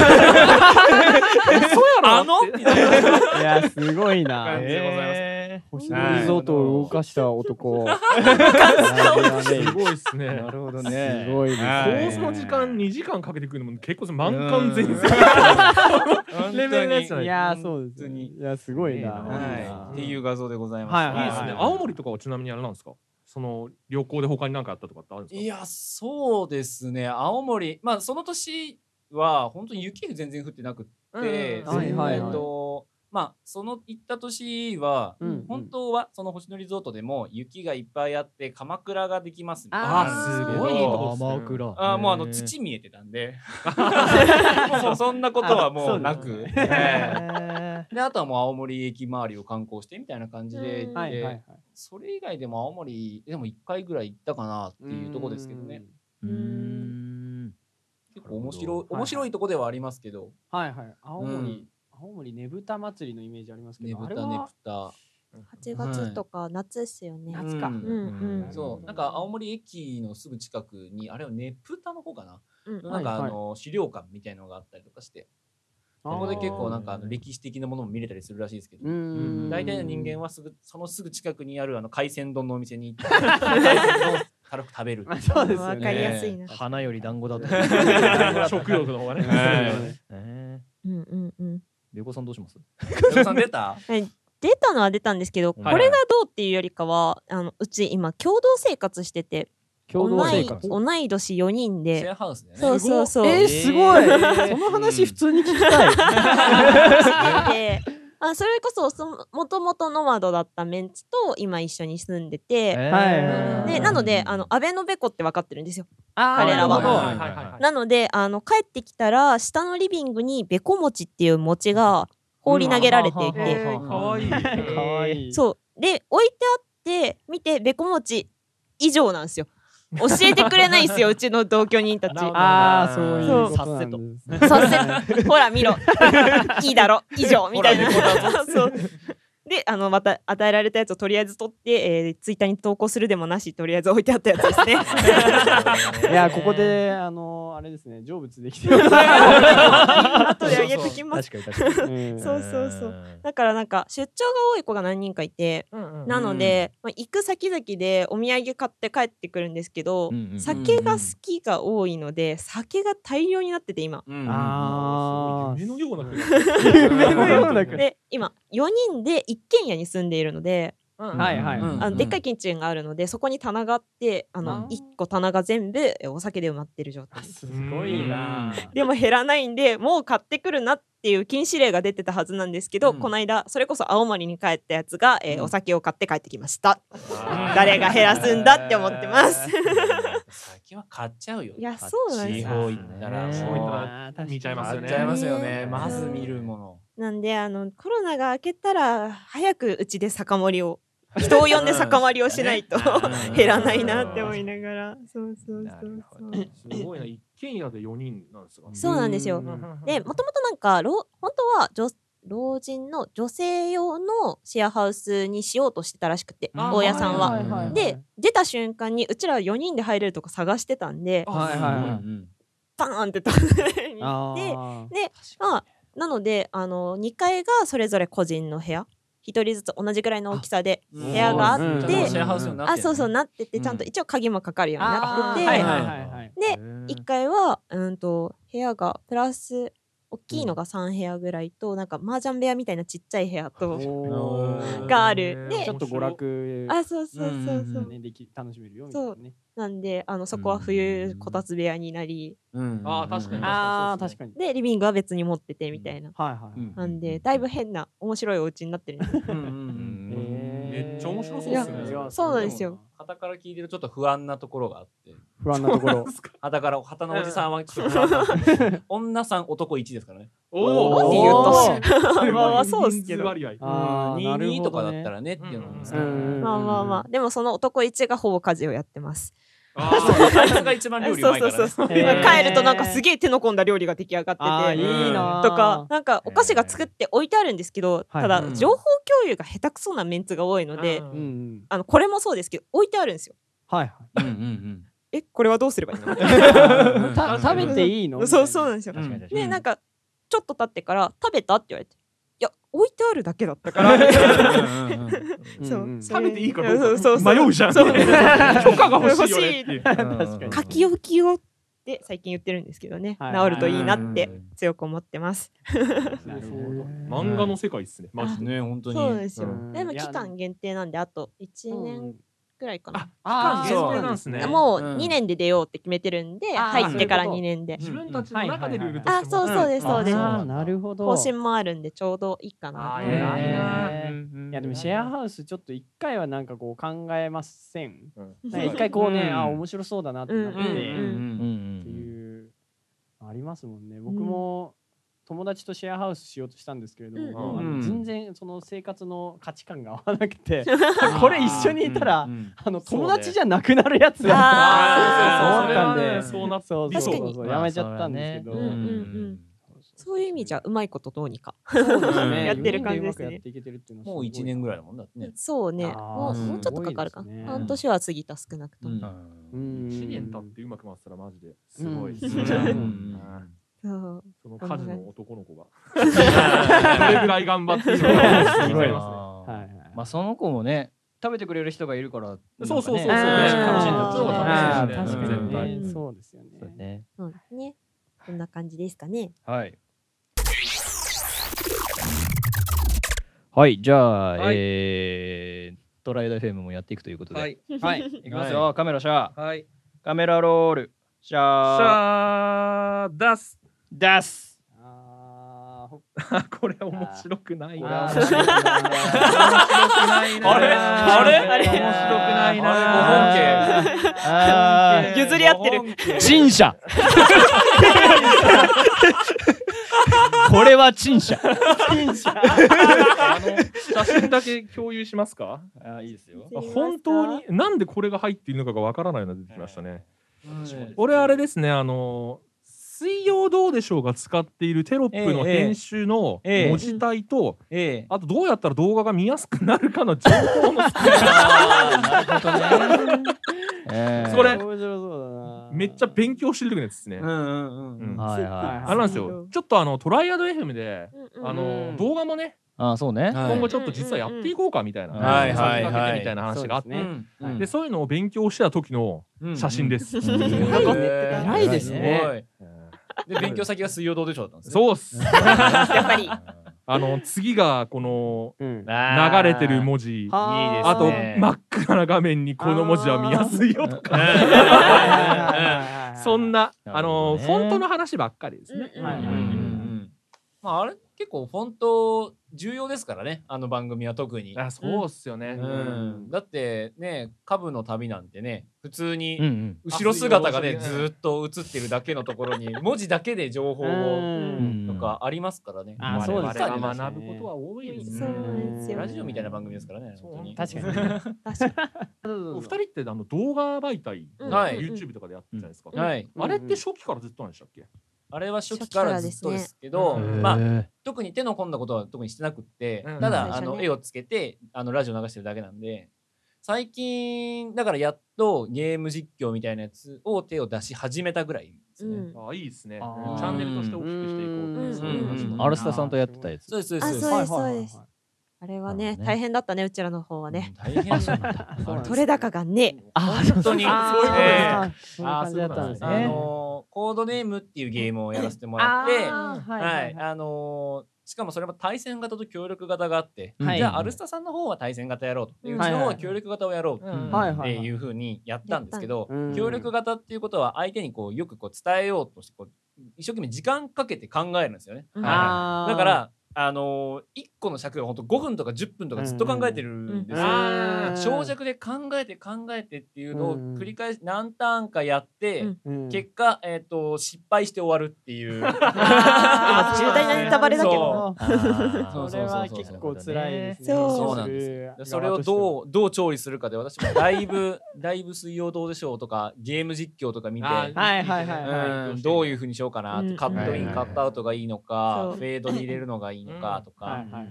[SPEAKER 4] あのみたいない
[SPEAKER 3] や、すごい
[SPEAKER 4] (laughs)
[SPEAKER 3] な
[SPEAKER 4] 感。じでございます。
[SPEAKER 3] 星野リゾートを動かした
[SPEAKER 4] (laughs)
[SPEAKER 3] 男。
[SPEAKER 6] すごいっすね。
[SPEAKER 1] るほど
[SPEAKER 3] すごいです
[SPEAKER 6] コー
[SPEAKER 3] ね。
[SPEAKER 6] スの時間2時間かけてくるのも結構満館全席。 (laughs) レベルのやつじゃないい。
[SPEAKER 3] やー、そうですね。
[SPEAKER 4] 本
[SPEAKER 3] いや、すごいな。。
[SPEAKER 4] はい、っていうう画像でございます。
[SPEAKER 3] はいはい
[SPEAKER 6] いですね。青森とかはちなみにあれなんですかその旅行で他に何かあったとかってあるんですか
[SPEAKER 4] いや、そうですね。青森、まあ、その年は本当に雪が全然降ってなくって、
[SPEAKER 6] うん
[SPEAKER 3] はいはいはい
[SPEAKER 4] えっと、まあその行った年は
[SPEAKER 3] うんうん
[SPEAKER 4] 本当はその星野リゾートでも雪がいっぱいあって鎌倉ができますみたいな
[SPEAKER 6] あーすごいいいとこっすね
[SPEAKER 1] 鎌倉
[SPEAKER 4] あーもうあの
[SPEAKER 1] へー
[SPEAKER 4] 土見えてた
[SPEAKER 3] (laughs)
[SPEAKER 4] んでもうそんなことはもうな
[SPEAKER 3] あそう
[SPEAKER 4] く
[SPEAKER 3] で
[SPEAKER 4] え
[SPEAKER 1] へ
[SPEAKER 4] えであとはもう青森駅周りを観光してみたいな感じで
[SPEAKER 5] うん
[SPEAKER 3] はいはいはい。
[SPEAKER 4] それ以外でも青森でも1回ぐらい行ったかなっていうとこですけどね。
[SPEAKER 1] ーうーん
[SPEAKER 4] 結構面白い
[SPEAKER 3] はい
[SPEAKER 4] 面白いとこではありますけど、
[SPEAKER 3] はいはい。青
[SPEAKER 4] うん
[SPEAKER 3] 森、青森ねぶた祭りのイメージありますけ
[SPEAKER 4] ね
[SPEAKER 3] ど、あ
[SPEAKER 4] ぶ
[SPEAKER 3] れ
[SPEAKER 4] たね
[SPEAKER 3] は
[SPEAKER 4] ぶた。
[SPEAKER 5] 8月とか夏っすよね。
[SPEAKER 3] 夏か。
[SPEAKER 4] う
[SPEAKER 5] うんんうん。
[SPEAKER 4] そうなんか青森駅のすぐ近くにあれはねプタの方かな、
[SPEAKER 5] うん
[SPEAKER 4] なんかあの資料館みたいのがあったりとかしてそこで結構なんかあの
[SPEAKER 3] あー
[SPEAKER 4] 歴史的なものも見れたりするらしいですけど、
[SPEAKER 3] うん。
[SPEAKER 4] 大体の人間はすぐそのすぐ近くにあるあの海鮮丼のお店に行って海鮮丼を軽く食べる
[SPEAKER 3] (laughs) まあ。そうですよ
[SPEAKER 5] わ
[SPEAKER 3] ね。
[SPEAKER 5] かりやすいな。
[SPEAKER 1] 花より団子だと。
[SPEAKER 6] 食欲の方がね。
[SPEAKER 4] え
[SPEAKER 1] ええ。
[SPEAKER 5] うんうんうん。
[SPEAKER 1] ベコさんどうします？
[SPEAKER 4] 皆さん出た
[SPEAKER 5] 出たのは出たんですけど、こ
[SPEAKER 1] い
[SPEAKER 5] れ
[SPEAKER 1] はい
[SPEAKER 5] がどうっていうよりかは、あのうち今共同生活してて、
[SPEAKER 3] 共同生活。
[SPEAKER 5] 同い同い年4人
[SPEAKER 4] シェ
[SPEAKER 5] で、
[SPEAKER 4] アハウスでね。
[SPEAKER 5] そうそうそう。
[SPEAKER 3] えーすごい。
[SPEAKER 1] えー
[SPEAKER 3] その話普通に聞きたい。
[SPEAKER 5] であそれこそそのもともとノマドだったメンツと今一緒に住んでて、
[SPEAKER 3] はい
[SPEAKER 5] でなのであの安倍のべこって分かってるんですよ
[SPEAKER 3] (laughs) あ
[SPEAKER 5] 彼らは
[SPEAKER 6] はいはいはい
[SPEAKER 5] なのであの帰ってきたら下のリビングにべこ餅っていう餅が放り投げられていて、
[SPEAKER 6] えー、かわいい。
[SPEAKER 3] かわいい。
[SPEAKER 5] そうで置いてあって見てべこ餅以上なんですよ教えてくれない
[SPEAKER 6] (laughs)
[SPEAKER 5] んですようちの同居人たち
[SPEAKER 3] ああ、そういう
[SPEAKER 5] そう
[SPEAKER 3] ことなんですね。
[SPEAKER 5] させほら
[SPEAKER 6] (laughs)
[SPEAKER 5] 見ろいいだろ以上みたいなそうであのまた与えられたやつをとりあえず取って、えーツイッターに投稿するでもなしとりあえず置いてあったやつです
[SPEAKER 6] (laughs)
[SPEAKER 5] ね
[SPEAKER 3] いや、ここで、あの、あれですね、成仏できてる。
[SPEAKER 5] 後であげときます
[SPEAKER 1] 確かに確かに。
[SPEAKER 3] うん
[SPEAKER 5] (laughs) そうそうそうだからなんか出張が多い子が何人かいて、なので、まあ、行く先々でお土産買って帰ってくるんですけど、
[SPEAKER 1] うんうん
[SPEAKER 5] 酒が好きが多いので酒が大量になってて今
[SPEAKER 4] うん
[SPEAKER 3] ああ。
[SPEAKER 6] 夢のような国。
[SPEAKER 3] 夢のような国。
[SPEAKER 5] で今4人で一軒家に住んでいるので
[SPEAKER 3] はいはい。
[SPEAKER 4] うん
[SPEAKER 5] あのでっかいキッチンがあるのでそこに棚があってあの
[SPEAKER 3] あー
[SPEAKER 5] 1個棚が全部えお酒で埋まってる状態で
[SPEAKER 3] す
[SPEAKER 5] す
[SPEAKER 3] ごいな。
[SPEAKER 5] でも減らないんでもう買ってくるなっていう禁止令が出てたはずなんですけど、
[SPEAKER 4] うん
[SPEAKER 5] この間それこそ青森に帰ったやつが、えー
[SPEAKER 4] うん
[SPEAKER 5] お酒を買って帰ってきました
[SPEAKER 4] あー
[SPEAKER 5] 誰が減らすんだって思ってます。
[SPEAKER 4] 先は買っちゃうよ。
[SPEAKER 5] いやそうなんです
[SPEAKER 4] 地
[SPEAKER 5] よ
[SPEAKER 4] 方行ったら、
[SPEAKER 1] ね
[SPEAKER 4] そういったら
[SPEAKER 6] 見ちゃいます
[SPEAKER 4] 買
[SPEAKER 6] よ
[SPEAKER 4] っ
[SPEAKER 6] ね。
[SPEAKER 4] ちゃいますよ
[SPEAKER 5] ね
[SPEAKER 4] ね。まず見るもの。
[SPEAKER 5] なんであのコロナが明けたら早くうちで酒盛りを人を呼んで酒盛りをしないと (laughs)
[SPEAKER 4] うん
[SPEAKER 5] 減らないなって思いながらそうそうそうそう。
[SPEAKER 6] すごいな、一軒家で四人なんですか。
[SPEAKER 5] そうなんですよ。でもともとなんか老本当は女老人の女性用のシェアハウスにしようとしてたらしくて
[SPEAKER 4] あ
[SPEAKER 5] 大家さんは。
[SPEAKER 1] はいはいはい
[SPEAKER 5] で出た瞬間にうちら4人で入れるとこ探してたんで
[SPEAKER 3] はいはいはい
[SPEAKER 5] バーンって取りに行って
[SPEAKER 3] あ
[SPEAKER 5] まあなのであの2階がそれぞれ個人の部屋1人ずつ同じぐらいの大きさで
[SPEAKER 4] 部
[SPEAKER 5] 部屋があって
[SPEAKER 4] シェアハウスになって
[SPEAKER 5] あそうそうなってて
[SPEAKER 4] うん
[SPEAKER 5] ちゃんと一応鍵もかかるようになって
[SPEAKER 3] ー
[SPEAKER 5] て、
[SPEAKER 3] はいはいはいはい。
[SPEAKER 5] で1階はうんと部屋がプラス大きいのが3部屋ぐらいと、なんか麻雀部屋みたいなちっちゃい部屋と
[SPEAKER 3] おー
[SPEAKER 5] があるで
[SPEAKER 3] ちょっと娯楽
[SPEAKER 5] あそうそうそうそう、
[SPEAKER 4] うんうん
[SPEAKER 3] ねでき楽しめるよみたいなね。
[SPEAKER 5] なんであのそこは冬こたつ部屋になり
[SPEAKER 6] ああ、確かに。
[SPEAKER 3] ああ確かに。
[SPEAKER 5] でリビングは別に持っててみたいな、
[SPEAKER 3] はいはい。
[SPEAKER 4] に
[SPEAKER 5] なんでだいぶ変な面白いお家になってるんです
[SPEAKER 4] に
[SPEAKER 6] めっちゃ面白そうっすね
[SPEAKER 3] いや
[SPEAKER 5] そうなんですよ。
[SPEAKER 4] 旗から聞いてるちょっと不安なところがあって
[SPEAKER 3] 不安なところ。
[SPEAKER 4] 旗から旗のおじさんはちょっと不安な
[SPEAKER 5] (laughs)
[SPEAKER 4] んで女さん男1ですからね
[SPEAKER 6] お
[SPEAKER 5] おーって言
[SPEAKER 6] と
[SPEAKER 5] まあまあそうっすけど
[SPEAKER 3] あーなるほど
[SPEAKER 4] 22
[SPEAKER 3] ね
[SPEAKER 4] とかだったらねっていうのも
[SPEAKER 6] うんうん
[SPEAKER 3] うん
[SPEAKER 5] まあまあまあでもその男一がほぼ家事をやってます、
[SPEAKER 4] あいつが一番料理うまいからね
[SPEAKER 5] そうそうそう、
[SPEAKER 3] へー
[SPEAKER 5] 帰るとなんかすげえ手の込んだ料理が出来上がってて
[SPEAKER 3] あーいいなー。
[SPEAKER 5] とかなんかお菓子が作って置いてあるんですけど、
[SPEAKER 3] はい
[SPEAKER 5] ただ
[SPEAKER 4] うん
[SPEAKER 5] 情報共有が下手くそなメンツが多いので、
[SPEAKER 3] うんうん。
[SPEAKER 5] あのこれもそうですけど置いてあるんですよ
[SPEAKER 3] はい
[SPEAKER 4] うんうん
[SPEAKER 5] えこれはどうすればいいの
[SPEAKER 3] はい。た食べていいの？ (laughs)
[SPEAKER 5] そうそうなんですよ
[SPEAKER 4] う、んうん
[SPEAKER 5] でなん
[SPEAKER 4] か
[SPEAKER 5] かちょっと経ってから食べたって言われていや置いてあるだけだったから (laughs) そう
[SPEAKER 3] うんうん
[SPEAKER 5] それ
[SPEAKER 6] 食べていいかどうか
[SPEAKER 5] そうそうそう
[SPEAKER 6] 迷うじゃん (laughs)
[SPEAKER 5] そう
[SPEAKER 6] 許可が欲しいよねっていう。
[SPEAKER 5] (laughs)
[SPEAKER 4] 確
[SPEAKER 5] 書き置きをって最近言ってるんですけどね、
[SPEAKER 3] はい
[SPEAKER 5] 治るといいなって強く思ってます、
[SPEAKER 3] なるほど。
[SPEAKER 6] 漫画の世界っすね。マジで。
[SPEAKER 4] ね本当に
[SPEAKER 5] そうですよ、
[SPEAKER 3] うん
[SPEAKER 5] でも
[SPEAKER 3] いや
[SPEAKER 5] 期間限定なんであと1
[SPEAKER 3] うん
[SPEAKER 5] 年ぐらいかな。
[SPEAKER 6] あ
[SPEAKER 4] ー
[SPEAKER 6] 限定なんですね。
[SPEAKER 5] もう
[SPEAKER 4] うん
[SPEAKER 5] 2年で出ようって決めてるんで、
[SPEAKER 7] あー
[SPEAKER 5] 入ってから
[SPEAKER 6] そういうこと
[SPEAKER 5] 2年で。
[SPEAKER 6] 自分たちの中でルールと
[SPEAKER 5] あ、
[SPEAKER 6] して
[SPEAKER 5] そうそうです、そうです。
[SPEAKER 3] あーなるほど。
[SPEAKER 5] 更新もあるんで、ちょうどいいかな
[SPEAKER 6] あ。
[SPEAKER 3] ー偉いな
[SPEAKER 6] へ
[SPEAKER 3] いやでもシェアハウスちょっと一回はなんかこう考えません。
[SPEAKER 5] うん
[SPEAKER 3] なんか一回こうね、
[SPEAKER 6] うん
[SPEAKER 3] あ面白そうだなってなって、
[SPEAKER 5] うんうんうん
[SPEAKER 1] うん
[SPEAKER 3] っていうありますもんね。僕も友達とシェアハウスしようとしたんですけれども、
[SPEAKER 5] うん
[SPEAKER 3] あ
[SPEAKER 4] うん
[SPEAKER 3] の全然その生活の価値観が合わなく
[SPEAKER 5] (laughs)
[SPEAKER 3] て、これ一緒にいたら、あの友達じゃなくなるやつだ
[SPEAKER 5] あ
[SPEAKER 6] あー
[SPEAKER 3] と思ったんで、
[SPEAKER 6] そうそうそれはねそうなっ
[SPEAKER 3] そう
[SPEAKER 5] 確
[SPEAKER 3] そ
[SPEAKER 5] か
[SPEAKER 3] う
[SPEAKER 5] に
[SPEAKER 3] そうやめちゃったんですけど、
[SPEAKER 5] うんうんうん。そういう意味じゃ、うまいことどうにか。
[SPEAKER 3] そうです
[SPEAKER 4] うん
[SPEAKER 3] ね。
[SPEAKER 4] やって
[SPEAKER 5] る感じですね
[SPEAKER 3] 四人うまくやっていけてるっていうのは
[SPEAKER 4] もう1年ぐらい
[SPEAKER 3] い。
[SPEAKER 4] だもんだっ
[SPEAKER 5] (laughs)
[SPEAKER 4] てね。
[SPEAKER 5] そうね。
[SPEAKER 3] あー
[SPEAKER 5] もう
[SPEAKER 4] うん
[SPEAKER 5] もうちょっとかかるか
[SPEAKER 3] すごいですね
[SPEAKER 5] な。半年は過ぎた、少なくとも。
[SPEAKER 3] うん
[SPEAKER 6] 1年経ってうまく回ってたらマジですごいっす
[SPEAKER 3] うん
[SPEAKER 6] ね。
[SPEAKER 3] うん
[SPEAKER 5] そう
[SPEAKER 6] その家事の男の子がどれぐらい頑張っているのか
[SPEAKER 3] す
[SPEAKER 6] 聞い
[SPEAKER 3] ご
[SPEAKER 6] て
[SPEAKER 3] い
[SPEAKER 6] ま
[SPEAKER 3] はい
[SPEAKER 1] ま
[SPEAKER 3] はい。
[SPEAKER 1] あその子もね食べてくれる人がいるから
[SPEAKER 6] そうそうそうそう
[SPEAKER 1] なんかね
[SPEAKER 5] あー
[SPEAKER 1] 楽しんでほしいね
[SPEAKER 6] ね絶
[SPEAKER 3] ああ確か
[SPEAKER 5] そうだね
[SPEAKER 3] に
[SPEAKER 6] 対
[SPEAKER 3] ね、
[SPEAKER 5] に
[SPEAKER 3] そうですよね。
[SPEAKER 1] そうね
[SPEAKER 5] そうですね。こんな感じですかね。
[SPEAKER 1] はい。はい、じゃあ、
[SPEAKER 2] はい
[SPEAKER 1] えー、トライド FM もやっていくということで。
[SPEAKER 2] は
[SPEAKER 1] はいい、 (laughs) いきますよ、カメラシャー。
[SPEAKER 2] はい
[SPEAKER 1] カメラロール、シャー。
[SPEAKER 6] す。シャー出す。
[SPEAKER 1] 出す。
[SPEAKER 3] あーほっ
[SPEAKER 6] あこれ面白くないな。
[SPEAKER 3] あ
[SPEAKER 6] 面白くないな。
[SPEAKER 4] あれあれ
[SPEAKER 6] 面白くない
[SPEAKER 4] あれ
[SPEAKER 6] な。
[SPEAKER 4] あ
[SPEAKER 1] れあー
[SPEAKER 5] 譲り合ってる。
[SPEAKER 1] 陳謝 (laughs) これは陳謝
[SPEAKER 6] あの写真だけ共有しますか。
[SPEAKER 1] あいいですよ
[SPEAKER 5] 見えました
[SPEAKER 6] 本当になんでこれが入っているのかがわからないのが出てきましたね。
[SPEAKER 1] は
[SPEAKER 6] 俺あれですねあの水曜どうでしょうが使っているテロップの
[SPEAKER 1] ええ
[SPEAKER 6] 編集の
[SPEAKER 1] ええ
[SPEAKER 6] 文字体と、
[SPEAKER 1] ええ
[SPEAKER 6] あとどうやったら動画が見やすくなるかの情報の
[SPEAKER 1] ええ
[SPEAKER 6] それ
[SPEAKER 3] 面白そうだな。
[SPEAKER 6] めっちゃ勉強してる時のやつですね、うん
[SPEAKER 1] はいはい
[SPEAKER 6] あれなんですよちょっとあのトライアド FM であ
[SPEAKER 5] (laughs)
[SPEAKER 6] の、
[SPEAKER 3] うん
[SPEAKER 6] 動画もね
[SPEAKER 1] あーそうね
[SPEAKER 6] 今後ちょっと実はやっていこうかみたいな、
[SPEAKER 1] うんはい、
[SPEAKER 4] はい
[SPEAKER 6] 参加してみたいな話があって、
[SPEAKER 3] はいそう
[SPEAKER 6] でそういうのを勉強してた時の写真ですす、
[SPEAKER 3] 偉いですね
[SPEAKER 4] で勉強先が水曜どうでしょうだったんですね。
[SPEAKER 6] そうっす
[SPEAKER 5] やっぱり。
[SPEAKER 6] (laughs) あの次がこの
[SPEAKER 3] うん。
[SPEAKER 6] 流れてる
[SPEAKER 4] も
[SPEAKER 6] 文字
[SPEAKER 3] はー
[SPEAKER 4] いいです
[SPEAKER 6] あ
[SPEAKER 4] ね
[SPEAKER 6] と真っ暗な画面にこの文字は見やすいよとか
[SPEAKER 3] はいはいはいはいはい
[SPEAKER 6] (laughs) そんな
[SPEAKER 1] な
[SPEAKER 6] あ
[SPEAKER 1] るほど
[SPEAKER 6] の
[SPEAKER 1] ね
[SPEAKER 6] フォントの話ばっかりですね。
[SPEAKER 3] はい
[SPEAKER 1] うん
[SPEAKER 4] まああれ結構フォント重要ですからねあの番組は特に。
[SPEAKER 6] あそうっすよね
[SPEAKER 4] う。んだってね下部の旅なんてね普通
[SPEAKER 1] うんう
[SPEAKER 4] に
[SPEAKER 1] ん
[SPEAKER 4] 後ろ姿がね
[SPEAKER 6] あ
[SPEAKER 4] ずーっと映ってるだけのと
[SPEAKER 6] (laughs)
[SPEAKER 4] ころに文字だけで情報を
[SPEAKER 1] う
[SPEAKER 3] う
[SPEAKER 1] ん
[SPEAKER 3] ん
[SPEAKER 4] とかありますからね。
[SPEAKER 3] あ
[SPEAKER 6] 我
[SPEAKER 3] そう
[SPEAKER 6] 々
[SPEAKER 3] です
[SPEAKER 6] が
[SPEAKER 3] ね
[SPEAKER 6] 学ぶことは多いです
[SPEAKER 5] そう
[SPEAKER 6] ね。
[SPEAKER 5] ですよ
[SPEAKER 4] ラジオみたいな番組ですからね。本当に
[SPEAKER 3] 確かにね。
[SPEAKER 5] 確か
[SPEAKER 6] お二人ってあの動画媒体、
[SPEAKER 5] うん
[SPEAKER 4] はい
[SPEAKER 6] YouTube とかでやってるじゃないですか。
[SPEAKER 5] うん
[SPEAKER 4] (laughs) はい。
[SPEAKER 3] うん
[SPEAKER 6] あれって初期からずっとなんでしたっけ？
[SPEAKER 4] あれは初期からずっとですけ
[SPEAKER 6] 初
[SPEAKER 4] ど、
[SPEAKER 6] 期からですね
[SPEAKER 4] まあ特に手の込んだことは特にしてなくって、
[SPEAKER 6] うん
[SPEAKER 4] た
[SPEAKER 5] うん
[SPEAKER 4] だあ
[SPEAKER 5] 最初
[SPEAKER 4] の
[SPEAKER 5] ね
[SPEAKER 4] 絵をつけてあのラジオ流してるだけなんで最近だからやっとゲーム実況みたいなやつを手を出し始めたぐらいです
[SPEAKER 5] に。う
[SPEAKER 4] ね、
[SPEAKER 5] ん。
[SPEAKER 6] あいいですね。チ
[SPEAKER 3] あー
[SPEAKER 6] ャンネルとして大きくしていこうっていうそういう話
[SPEAKER 4] うん
[SPEAKER 6] も。
[SPEAKER 1] アルスタさんとやってたやつ
[SPEAKER 4] そうですそうで
[SPEAKER 5] あ、
[SPEAKER 4] す
[SPEAKER 5] そう
[SPEAKER 4] そう
[SPEAKER 5] で、
[SPEAKER 4] ですす
[SPEAKER 5] そうです。あれはね、大変だったね、うちらの方はね。
[SPEAKER 4] 大変だ
[SPEAKER 5] (laughs)
[SPEAKER 4] な
[SPEAKER 5] 取れ高がね。
[SPEAKER 1] あ
[SPEAKER 4] (laughs) 本当に
[SPEAKER 3] そういうこと
[SPEAKER 4] ええ
[SPEAKER 3] ですか。そういう感じだったんです
[SPEAKER 4] あ
[SPEAKER 3] ね。
[SPEAKER 4] のーコードネームっていうゲームをやらせてもらって、
[SPEAKER 3] あー
[SPEAKER 4] はい
[SPEAKER 3] はい
[SPEAKER 4] あのーしかもそれも対戦型と協力型があって、
[SPEAKER 1] はい
[SPEAKER 4] じゃあアルスタさんの方は対戦型やろうとで
[SPEAKER 5] う
[SPEAKER 4] うんちの方は協力型をやろう
[SPEAKER 6] うん
[SPEAKER 1] うん
[SPEAKER 3] はい
[SPEAKER 4] っ
[SPEAKER 3] は
[SPEAKER 4] て
[SPEAKER 3] いはい
[SPEAKER 4] いうふうにやったんですけど、
[SPEAKER 3] うん
[SPEAKER 4] 協力型っていうことは相手にこうよくこう伝えようとしてこう一生懸命時間かけて考えるんですよね。
[SPEAKER 5] うん
[SPEAKER 4] はいだからあのー、1個の尺が本当5分とか10分とかずっと考えてるんですよ。
[SPEAKER 6] あー
[SPEAKER 4] 長尺で考えて考えてっていうのを
[SPEAKER 3] うん
[SPEAKER 4] 繰り返し何ターンかやっ
[SPEAKER 5] う
[SPEAKER 4] て、
[SPEAKER 5] ん
[SPEAKER 3] うん
[SPEAKER 4] 結果、えー、と失敗して終わるっていう
[SPEAKER 5] あー
[SPEAKER 3] 渋滞なネタ
[SPEAKER 5] バレだけ
[SPEAKER 4] ど
[SPEAKER 1] (laughs) あ
[SPEAKER 4] そ
[SPEAKER 3] そ
[SPEAKER 4] うそ
[SPEAKER 3] れ
[SPEAKER 4] うそう
[SPEAKER 3] は
[SPEAKER 4] そう
[SPEAKER 3] 結構辛いですね。
[SPEAKER 5] そう
[SPEAKER 4] そうなん
[SPEAKER 3] で
[SPEAKER 4] でそれをどうどう調理するかで私もだいぶ (laughs) だいぶ水曜どうでしょうとかゲーム実況とか見て、
[SPEAKER 6] あー
[SPEAKER 3] はいはいはい
[SPEAKER 6] は
[SPEAKER 4] う
[SPEAKER 6] い
[SPEAKER 4] んどういうふうにしようかなって、
[SPEAKER 5] うん
[SPEAKER 4] カットイン、
[SPEAKER 1] はい
[SPEAKER 4] カットアウトがいいの
[SPEAKER 5] そ
[SPEAKER 4] か
[SPEAKER 5] う
[SPEAKER 4] フェードに入れるのがいいのかとか、
[SPEAKER 3] はいはい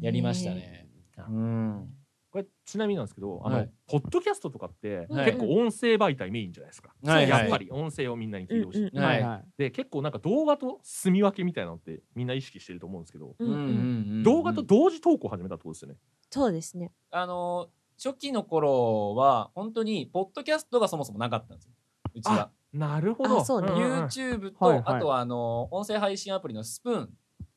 [SPEAKER 4] やりましたね。うん
[SPEAKER 6] これちなみになんですけど、あの、
[SPEAKER 4] はい
[SPEAKER 6] ポッドキャストとかって、
[SPEAKER 5] はい
[SPEAKER 6] 結構音声媒体メインじゃないですか。
[SPEAKER 4] はい
[SPEAKER 6] やっぱり音声をみんなに聞いてほしい。
[SPEAKER 5] うんうん
[SPEAKER 4] はい
[SPEAKER 3] はい
[SPEAKER 6] で結構なんか動画と住み分けみたいなのってみんな意識してると思うんですけど、
[SPEAKER 5] う
[SPEAKER 4] うん
[SPEAKER 5] ん
[SPEAKER 4] う
[SPEAKER 5] うん
[SPEAKER 4] んうん
[SPEAKER 6] 動画と同時投稿始めたってことですよね。
[SPEAKER 5] そうですね。
[SPEAKER 4] あの初期の頃は本当にポッドキャストがそもそもなかったんですようちは。
[SPEAKER 6] なるほど。
[SPEAKER 5] あそうね
[SPEAKER 6] んんん
[SPEAKER 4] YouTube と、
[SPEAKER 3] はいはい
[SPEAKER 4] あとはあの音声配信アプリのスプーン、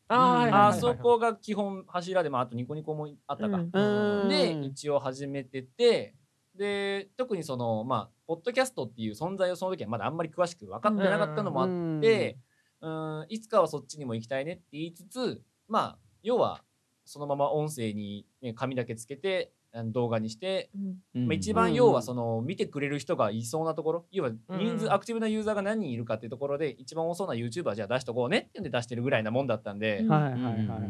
[SPEAKER 6] あーはいはいはい
[SPEAKER 4] あそこが基本柱で、まあ、あとニコニコもあったか、
[SPEAKER 5] うん
[SPEAKER 3] うん
[SPEAKER 4] で一応始めててで特にそのまあポッドキャストっていう存在をその時はまだあんまり詳しく分かってなかったのもあって、うん、いつかはそっちにも行きたいねって言いつつまあ要はそのまま音声に、ね、紙だけつけてあの動画にして、まあ、一番要はその見てくれる人がいそうなところ要は人数、
[SPEAKER 5] うん
[SPEAKER 4] アクティブなユーザーが何人いるかっていうところで一番多そうな YouTuber じゃあ出しとこうねっていうんで出してるぐらいなもんだったんで、
[SPEAKER 5] うん
[SPEAKER 3] はいはいはい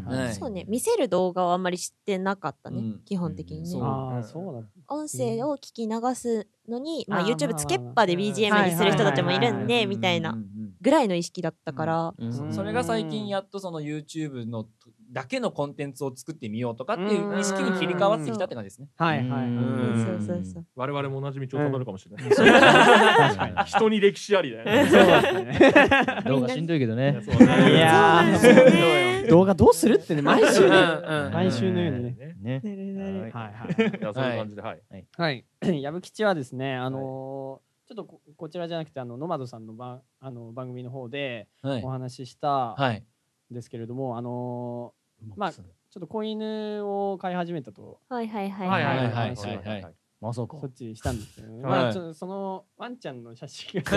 [SPEAKER 3] はい。
[SPEAKER 4] はい
[SPEAKER 7] そうね見せる動画はあんまり知ってなかったね、
[SPEAKER 4] うん
[SPEAKER 7] 基本的にね、
[SPEAKER 4] そう
[SPEAKER 3] ああ、そうなんだ。
[SPEAKER 7] 音声を聞き流すのに、ま
[SPEAKER 3] あ
[SPEAKER 7] あ、
[SPEAKER 3] ー
[SPEAKER 7] YouTube
[SPEAKER 3] まあ
[SPEAKER 7] つけっぱで
[SPEAKER 3] まあ
[SPEAKER 7] BGM にする人たちもいるん
[SPEAKER 3] はいはいはいは
[SPEAKER 7] で
[SPEAKER 3] い
[SPEAKER 7] みたい
[SPEAKER 4] うん
[SPEAKER 7] な
[SPEAKER 4] うんうん
[SPEAKER 7] ぐらいの意識だったから、
[SPEAKER 1] うん
[SPEAKER 3] うん
[SPEAKER 4] それが最近やっとその YouTube のとだけのコンテンツを作ってみようとかっていう意識に切り替わってきたって感じですね。
[SPEAKER 3] はいは
[SPEAKER 1] う
[SPEAKER 3] い
[SPEAKER 1] ん
[SPEAKER 3] はい。
[SPEAKER 7] うんそうそうそう
[SPEAKER 6] 我々もおなじみ調査なるかもしれない。
[SPEAKER 1] 確かに
[SPEAKER 6] 人に歴史ありだよね。
[SPEAKER 3] そうですね。
[SPEAKER 1] 動画しんどいけど
[SPEAKER 3] (laughs)
[SPEAKER 1] ね。
[SPEAKER 6] そうだね
[SPEAKER 3] いやー
[SPEAKER 5] そうなんですよね
[SPEAKER 3] (laughs) 動画どうするってね、毎週ね。
[SPEAKER 4] うん
[SPEAKER 3] 毎週のようにね。
[SPEAKER 6] ね
[SPEAKER 1] ね。
[SPEAKER 5] なるなる
[SPEAKER 1] はい
[SPEAKER 3] はい
[SPEAKER 6] いやそういう感じではい。
[SPEAKER 3] はい。はい。 (laughs) 矢吹吉はですね、あのーちょっとここちらじゃなくて、あのノマドさんの番あの番組の方で
[SPEAKER 4] はい
[SPEAKER 3] お。話しした
[SPEAKER 4] はい。
[SPEAKER 3] んですけれども、あのーまあちょっと子犬を飼い始めたと
[SPEAKER 7] はいはいはい
[SPEAKER 6] はいはいい
[SPEAKER 3] は
[SPEAKER 6] はいい
[SPEAKER 3] は
[SPEAKER 6] はいい
[SPEAKER 4] はいはい
[SPEAKER 1] まさか
[SPEAKER 3] そ。っちしたんですけどね、
[SPEAKER 6] はい
[SPEAKER 3] まあ、ちょそのワンちゃんの写真 (laughs) が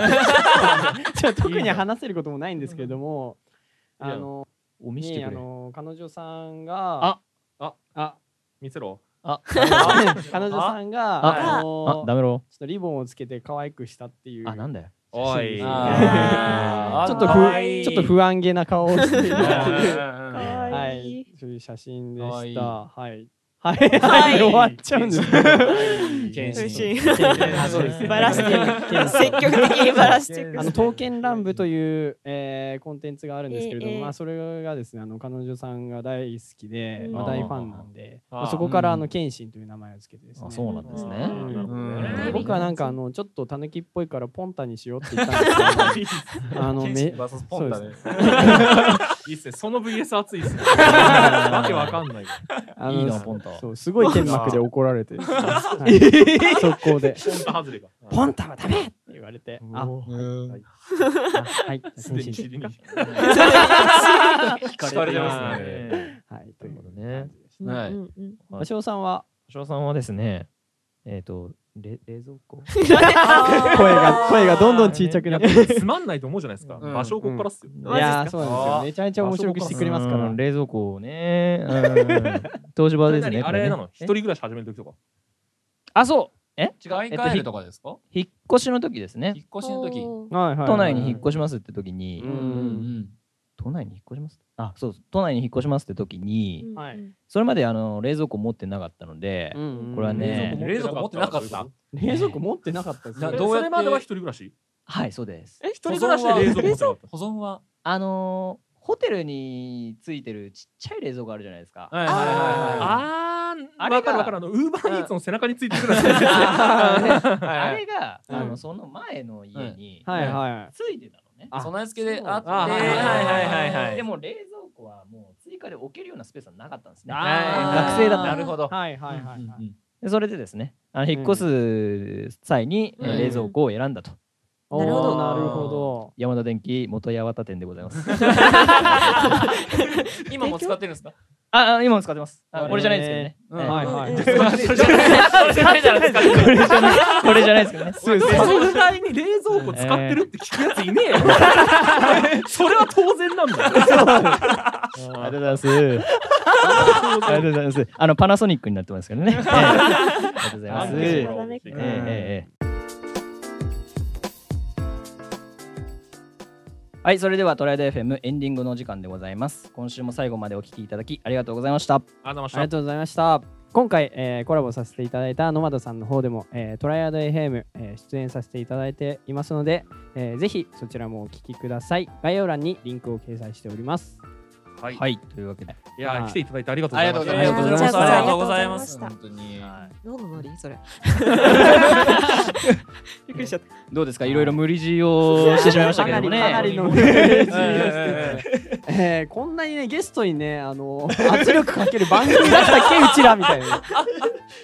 [SPEAKER 3] ちょっと特に話せることもないんですけれども、あの
[SPEAKER 1] お見して
[SPEAKER 3] に
[SPEAKER 1] く
[SPEAKER 3] あ
[SPEAKER 1] れ。
[SPEAKER 3] の彼女さんが
[SPEAKER 6] あ
[SPEAKER 3] あ
[SPEAKER 6] 見せろ。
[SPEAKER 1] あ、
[SPEAKER 3] 彼女さんが
[SPEAKER 1] あ
[SPEAKER 3] あの
[SPEAKER 1] あ、ダメろ。
[SPEAKER 3] ちょっとリボンをつけて可愛くしたっていう
[SPEAKER 1] あ、なんだよ。
[SPEAKER 6] おい。
[SPEAKER 4] あー
[SPEAKER 3] ちょっと
[SPEAKER 4] かわ
[SPEAKER 3] ふ
[SPEAKER 4] いい
[SPEAKER 3] ちょっと不安げな顔をして (laughs) いる
[SPEAKER 5] か
[SPEAKER 4] は
[SPEAKER 3] は
[SPEAKER 5] わい
[SPEAKER 3] い
[SPEAKER 5] い。
[SPEAKER 3] そういう写真で
[SPEAKER 4] かわい
[SPEAKER 3] し
[SPEAKER 4] い
[SPEAKER 3] たはいはいはい (laughs) 終わっちゃうんですけど
[SPEAKER 4] い。謙
[SPEAKER 5] 嬉し
[SPEAKER 4] 信。
[SPEAKER 5] い。
[SPEAKER 3] あ (laughs) そうです
[SPEAKER 5] バラして
[SPEAKER 3] (laughs)
[SPEAKER 5] る。積極的にバラしてる
[SPEAKER 3] あ。の刀剣乱舞という、えーコンテンツがあるんですけれども、
[SPEAKER 7] ええ
[SPEAKER 3] まあ、それがですねあの彼女さんが大好きで、
[SPEAKER 5] うん
[SPEAKER 3] まあ、大ファンなんで、
[SPEAKER 6] あー
[SPEAKER 3] まあそこから
[SPEAKER 1] うん
[SPEAKER 3] あの謙信という名前をつけてです
[SPEAKER 1] (laughs)
[SPEAKER 3] ね、
[SPEAKER 1] あ、そうなんですね。
[SPEAKER 6] うん
[SPEAKER 3] で僕はなんかあのちょっとたぬきっぽいからポンタにしようって言ったんですけど
[SPEAKER 6] (laughs)
[SPEAKER 3] あのめ
[SPEAKER 4] バスポンタで。
[SPEAKER 6] いいっすね。その VS 熱いっすね。わけわかんない。
[SPEAKER 3] あ
[SPEAKER 1] いい
[SPEAKER 3] の
[SPEAKER 1] な、ポンタ。
[SPEAKER 3] そうすごい剣幕で怒られて、はい、速攻で
[SPEAKER 6] ポンタ外れが。
[SPEAKER 3] 「ポンタはダメ!」って言われて「あ
[SPEAKER 6] お (laughs)
[SPEAKER 3] あはい
[SPEAKER 6] すで
[SPEAKER 3] 謙
[SPEAKER 6] に
[SPEAKER 3] 信
[SPEAKER 6] 尻に。
[SPEAKER 1] 聞
[SPEAKER 4] かれてますね。
[SPEAKER 3] はい」ということで
[SPEAKER 1] ね。
[SPEAKER 4] はい
[SPEAKER 5] うんうんうん
[SPEAKER 1] はい
[SPEAKER 3] 鷲尾さんは
[SPEAKER 1] 翔さんはですね、えっと、れ冷蔵庫。
[SPEAKER 3] 声が声がどんどん小さくなって
[SPEAKER 6] つまんないと思うじゃないですか。
[SPEAKER 4] うん
[SPEAKER 6] 場所をこっからっすよ。
[SPEAKER 3] いやーそうなんですよ。めちゃめちゃ面白くしてくれますから。
[SPEAKER 1] うん
[SPEAKER 3] ね
[SPEAKER 1] 冷蔵庫をね。うん東芝ですね。
[SPEAKER 6] 何あれなの一
[SPEAKER 1] え
[SPEAKER 6] 人暮らし始める時とか。
[SPEAKER 1] あ、そう。え
[SPEAKER 4] 違い替えるとかですか
[SPEAKER 1] 引っ越しの時ですね。
[SPEAKER 4] 引っ越しの時。
[SPEAKER 3] はいはいはい
[SPEAKER 1] 都内に引っ越しますって時に、
[SPEAKER 3] うん
[SPEAKER 4] うん。
[SPEAKER 1] 都内に引っ越しますあ、そうそう。都内に引っ越しますって時に、
[SPEAKER 3] はい
[SPEAKER 1] それまであの冷蔵庫持ってなかったので、
[SPEAKER 3] うん
[SPEAKER 1] これはね
[SPEAKER 4] 冷蔵庫持ってなかった。
[SPEAKER 3] 冷蔵庫持ってなかったです
[SPEAKER 4] な
[SPEAKER 3] ね
[SPEAKER 6] え
[SPEAKER 4] どうやって
[SPEAKER 6] それまでは一人暮らし
[SPEAKER 1] はい、そうです。
[SPEAKER 5] え、
[SPEAKER 6] 一人暮らしで冷蔵庫持ってなかった。
[SPEAKER 4] 保存は
[SPEAKER 1] あのーホテルについてるちっちゃい冷蔵庫あるじゃないですか。
[SPEAKER 4] はいはいは
[SPEAKER 6] あ
[SPEAKER 1] あ
[SPEAKER 6] あ
[SPEAKER 1] れが
[SPEAKER 6] わかるわかる。あの、ウーバーイーツの背中についてくるやつ (laughs) ですよね
[SPEAKER 1] あれが、
[SPEAKER 3] うん
[SPEAKER 1] あのその前の家に
[SPEAKER 3] はいはい
[SPEAKER 1] ついてたのね。
[SPEAKER 4] い。備え付けであって。
[SPEAKER 6] あはいはいはいはい
[SPEAKER 1] でも冷蔵庫はもう追加で置けるようなスペースはなかったんですね。
[SPEAKER 3] あー
[SPEAKER 1] 学生だった
[SPEAKER 4] なるほど。
[SPEAKER 3] はいはいはいはい
[SPEAKER 1] でそれでですね、あの引っ越す際にえ
[SPEAKER 4] う
[SPEAKER 1] ー
[SPEAKER 4] ん
[SPEAKER 1] 冷蔵庫を選んだと。
[SPEAKER 3] おー
[SPEAKER 7] なるほど
[SPEAKER 3] なるほど
[SPEAKER 1] 山田電機元八幡店でござい (laughs) ます。
[SPEAKER 4] 今も使ってるんですか
[SPEAKER 1] あ、あ今も使ってます。あこれじゃないですけどね。
[SPEAKER 4] うん
[SPEAKER 1] はい
[SPEAKER 3] はいはいはい
[SPEAKER 1] (laughs)
[SPEAKER 4] (laughs)
[SPEAKER 1] これじゃないですけどね。
[SPEAKER 6] でもその時代に冷蔵庫使ってるって聞くやついねえよ。 (laughs) それは当然なんだよ。
[SPEAKER 1] ありがとうございます。ありがとうございます。あのパナソニックになってますけどね。 (laughs) ええありがとうございます。
[SPEAKER 5] あ
[SPEAKER 1] え
[SPEAKER 5] そうだね
[SPEAKER 1] えええはい、それではトライアド FM エンディングのお時間でございます。今週も最後までお聞きいただきありがとうございました。
[SPEAKER 6] あの、まし
[SPEAKER 3] ありがとうございました今回、えーコラボさせていただいたノマドさんの方でも、えートライアド FM、えー出演させていただいていますので、えーぜひそちらもお聞きください概要欄にリンクを掲載しております
[SPEAKER 6] はい
[SPEAKER 1] はい、というわけで。
[SPEAKER 6] いやー、来ていただいてありがとう
[SPEAKER 4] あ
[SPEAKER 6] ご
[SPEAKER 4] り
[SPEAKER 6] ざい
[SPEAKER 4] がと
[SPEAKER 6] ま
[SPEAKER 4] うご
[SPEAKER 6] した。
[SPEAKER 4] ざいま
[SPEAKER 5] こち
[SPEAKER 4] す。
[SPEAKER 5] らこそ
[SPEAKER 4] ありがとうございます。
[SPEAKER 5] あり
[SPEAKER 4] 本当に。
[SPEAKER 5] 何のノリそれ。
[SPEAKER 1] はい
[SPEAKER 5] びっくりしちゃった。
[SPEAKER 1] どうですかいろいろ無理強いをしてしまいました
[SPEAKER 3] か
[SPEAKER 1] け
[SPEAKER 3] な
[SPEAKER 1] ど
[SPEAKER 3] り
[SPEAKER 1] も
[SPEAKER 3] かな
[SPEAKER 1] ね
[SPEAKER 3] りの無理強いをして
[SPEAKER 2] え
[SPEAKER 3] えーこんなにねゲストにねあの圧力かける番組だったっけうちらみたいな。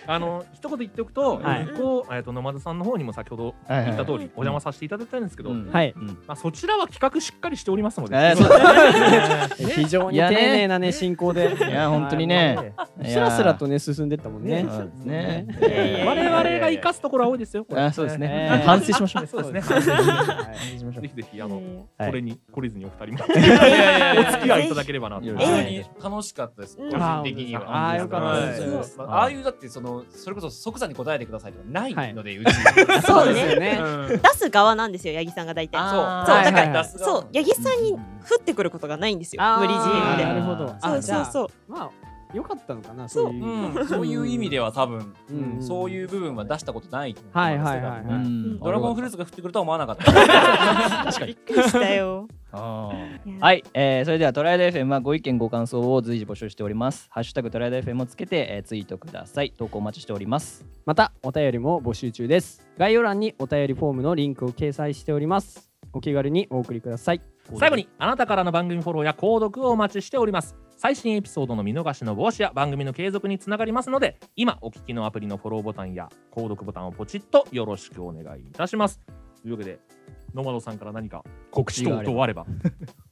[SPEAKER 6] あの一言言っておくと、
[SPEAKER 3] はい
[SPEAKER 6] こうえっと野田さんの方にも先ほど
[SPEAKER 1] はいはい
[SPEAKER 6] 言った通りお邪魔させていただいたんですけど、
[SPEAKER 4] うん
[SPEAKER 3] はい、
[SPEAKER 6] まあそちらは企画しっかりしておりますので、
[SPEAKER 1] えーそうですね
[SPEAKER 3] 非常に
[SPEAKER 1] いや
[SPEAKER 3] 丁
[SPEAKER 1] ね
[SPEAKER 3] 寧なね進行で。
[SPEAKER 1] いや本当にね
[SPEAKER 3] はい。スラスラとね進んでったもんね。
[SPEAKER 1] そうですね
[SPEAKER 6] 我々が生かすところは多いですよ。これ
[SPEAKER 1] あそうですね、
[SPEAKER 3] えー
[SPEAKER 1] 反省しましょう
[SPEAKER 6] そうですね。 (laughs) ぜひぜひあの、
[SPEAKER 1] はい
[SPEAKER 6] これに懲りずにお二人も
[SPEAKER 4] やいや
[SPEAKER 6] お付き合いいただければなと。
[SPEAKER 1] ぜひ
[SPEAKER 4] 非常
[SPEAKER 1] え
[SPEAKER 6] は
[SPEAKER 1] え
[SPEAKER 6] い
[SPEAKER 4] に楽しかったです、個
[SPEAKER 5] うん
[SPEAKER 4] 人的には。
[SPEAKER 3] あーよかったです
[SPEAKER 4] はい
[SPEAKER 3] そう
[SPEAKER 1] です
[SPEAKER 4] まあああいうだってそのそれこそ即座に答えてくださいとかないので、うち。
[SPEAKER 7] そ
[SPEAKER 3] そ
[SPEAKER 7] うう
[SPEAKER 3] で
[SPEAKER 7] ですす
[SPEAKER 3] よ
[SPEAKER 7] よ
[SPEAKER 3] ね。
[SPEAKER 7] 出す側なんですよ八木さんが大体
[SPEAKER 4] そう、
[SPEAKER 1] あー
[SPEAKER 4] そう
[SPEAKER 3] はいは
[SPEAKER 4] だ
[SPEAKER 3] い
[SPEAKER 4] から出す
[SPEAKER 5] そう
[SPEAKER 4] 側、
[SPEAKER 5] 八木さんに降ってくることがないんですよ無理強い
[SPEAKER 3] な
[SPEAKER 5] で
[SPEAKER 3] るほど。
[SPEAKER 5] そう
[SPEAKER 3] じゃ
[SPEAKER 5] そう
[SPEAKER 3] あ
[SPEAKER 5] そう
[SPEAKER 3] まあ良かったのかな
[SPEAKER 5] そう
[SPEAKER 3] そういう意味で。
[SPEAKER 4] うん、そういう意味では多分、
[SPEAKER 3] う
[SPEAKER 4] うんんそういう部分は出したことないと思いま
[SPEAKER 3] は
[SPEAKER 4] すけ
[SPEAKER 3] い
[SPEAKER 4] ど
[SPEAKER 3] はいはいはい。
[SPEAKER 1] うん
[SPEAKER 4] ドラゴンフルーツが降ってくるとは思わなかった。
[SPEAKER 5] びっくりしたよ
[SPEAKER 1] あー
[SPEAKER 5] いや
[SPEAKER 1] はい、えー、それではトライアド FM はご意見ご感想を随時募集しておりますハッシュタグトライアド FM をつけて、えー、ツイートください投稿お待ちしております
[SPEAKER 3] またお便りも募集中です概要欄にお便りフォームのリンクを掲載しておりますお気軽にお送りください
[SPEAKER 6] 最後にあなたからの番組フォローや購読をお待ちしております。最新エピソードの見逃しの防止や番組の継続につながりますので、今お聞きのアプリのフォローボタンや購読ボタンをポチッとよろしくお願いいたします。というわけで、ノマドさんから何か告知等々あれば。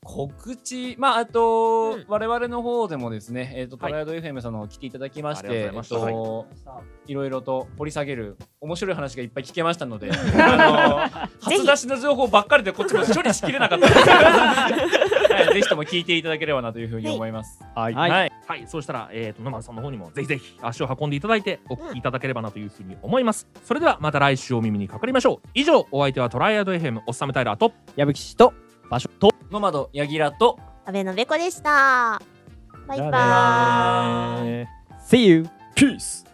[SPEAKER 4] 告知、まあ、あと、
[SPEAKER 5] うん
[SPEAKER 4] 我々の方でもですね、えっ、と、
[SPEAKER 6] は
[SPEAKER 4] ト
[SPEAKER 6] い
[SPEAKER 4] ライアド FM さんの方来ていただきまして、
[SPEAKER 6] あり
[SPEAKER 4] え
[SPEAKER 6] がとうご
[SPEAKER 4] っ
[SPEAKER 6] ざいました
[SPEAKER 4] と、いろいろと掘り下げる、面白い話がいっぱい聞けました
[SPEAKER 6] (laughs)
[SPEAKER 4] ので、あの、
[SPEAKER 5] ぜひ
[SPEAKER 4] 初出しの情報ばっかりで、こっちも処理しきれなかっ
[SPEAKER 6] (laughs)
[SPEAKER 4] たですはい。ぜひとも聞いていただければなというふうに思います。
[SPEAKER 1] はい
[SPEAKER 3] はい、
[SPEAKER 4] はい
[SPEAKER 6] はい、そうしたら、えー、と野間さんの方にもぜひぜひ足を運んでいただいてお聞きいただければなというふうに思います。それではまた来週お耳にかかりましょう。以上、お相手はトライアド FM おっさめタイラーと
[SPEAKER 3] 矢吹氏と
[SPEAKER 1] 場所と
[SPEAKER 4] ノマド、ヤギラと、
[SPEAKER 7] 阿部のべこでしたバイバーイ
[SPEAKER 1] ー
[SPEAKER 3] See you!
[SPEAKER 1] Peace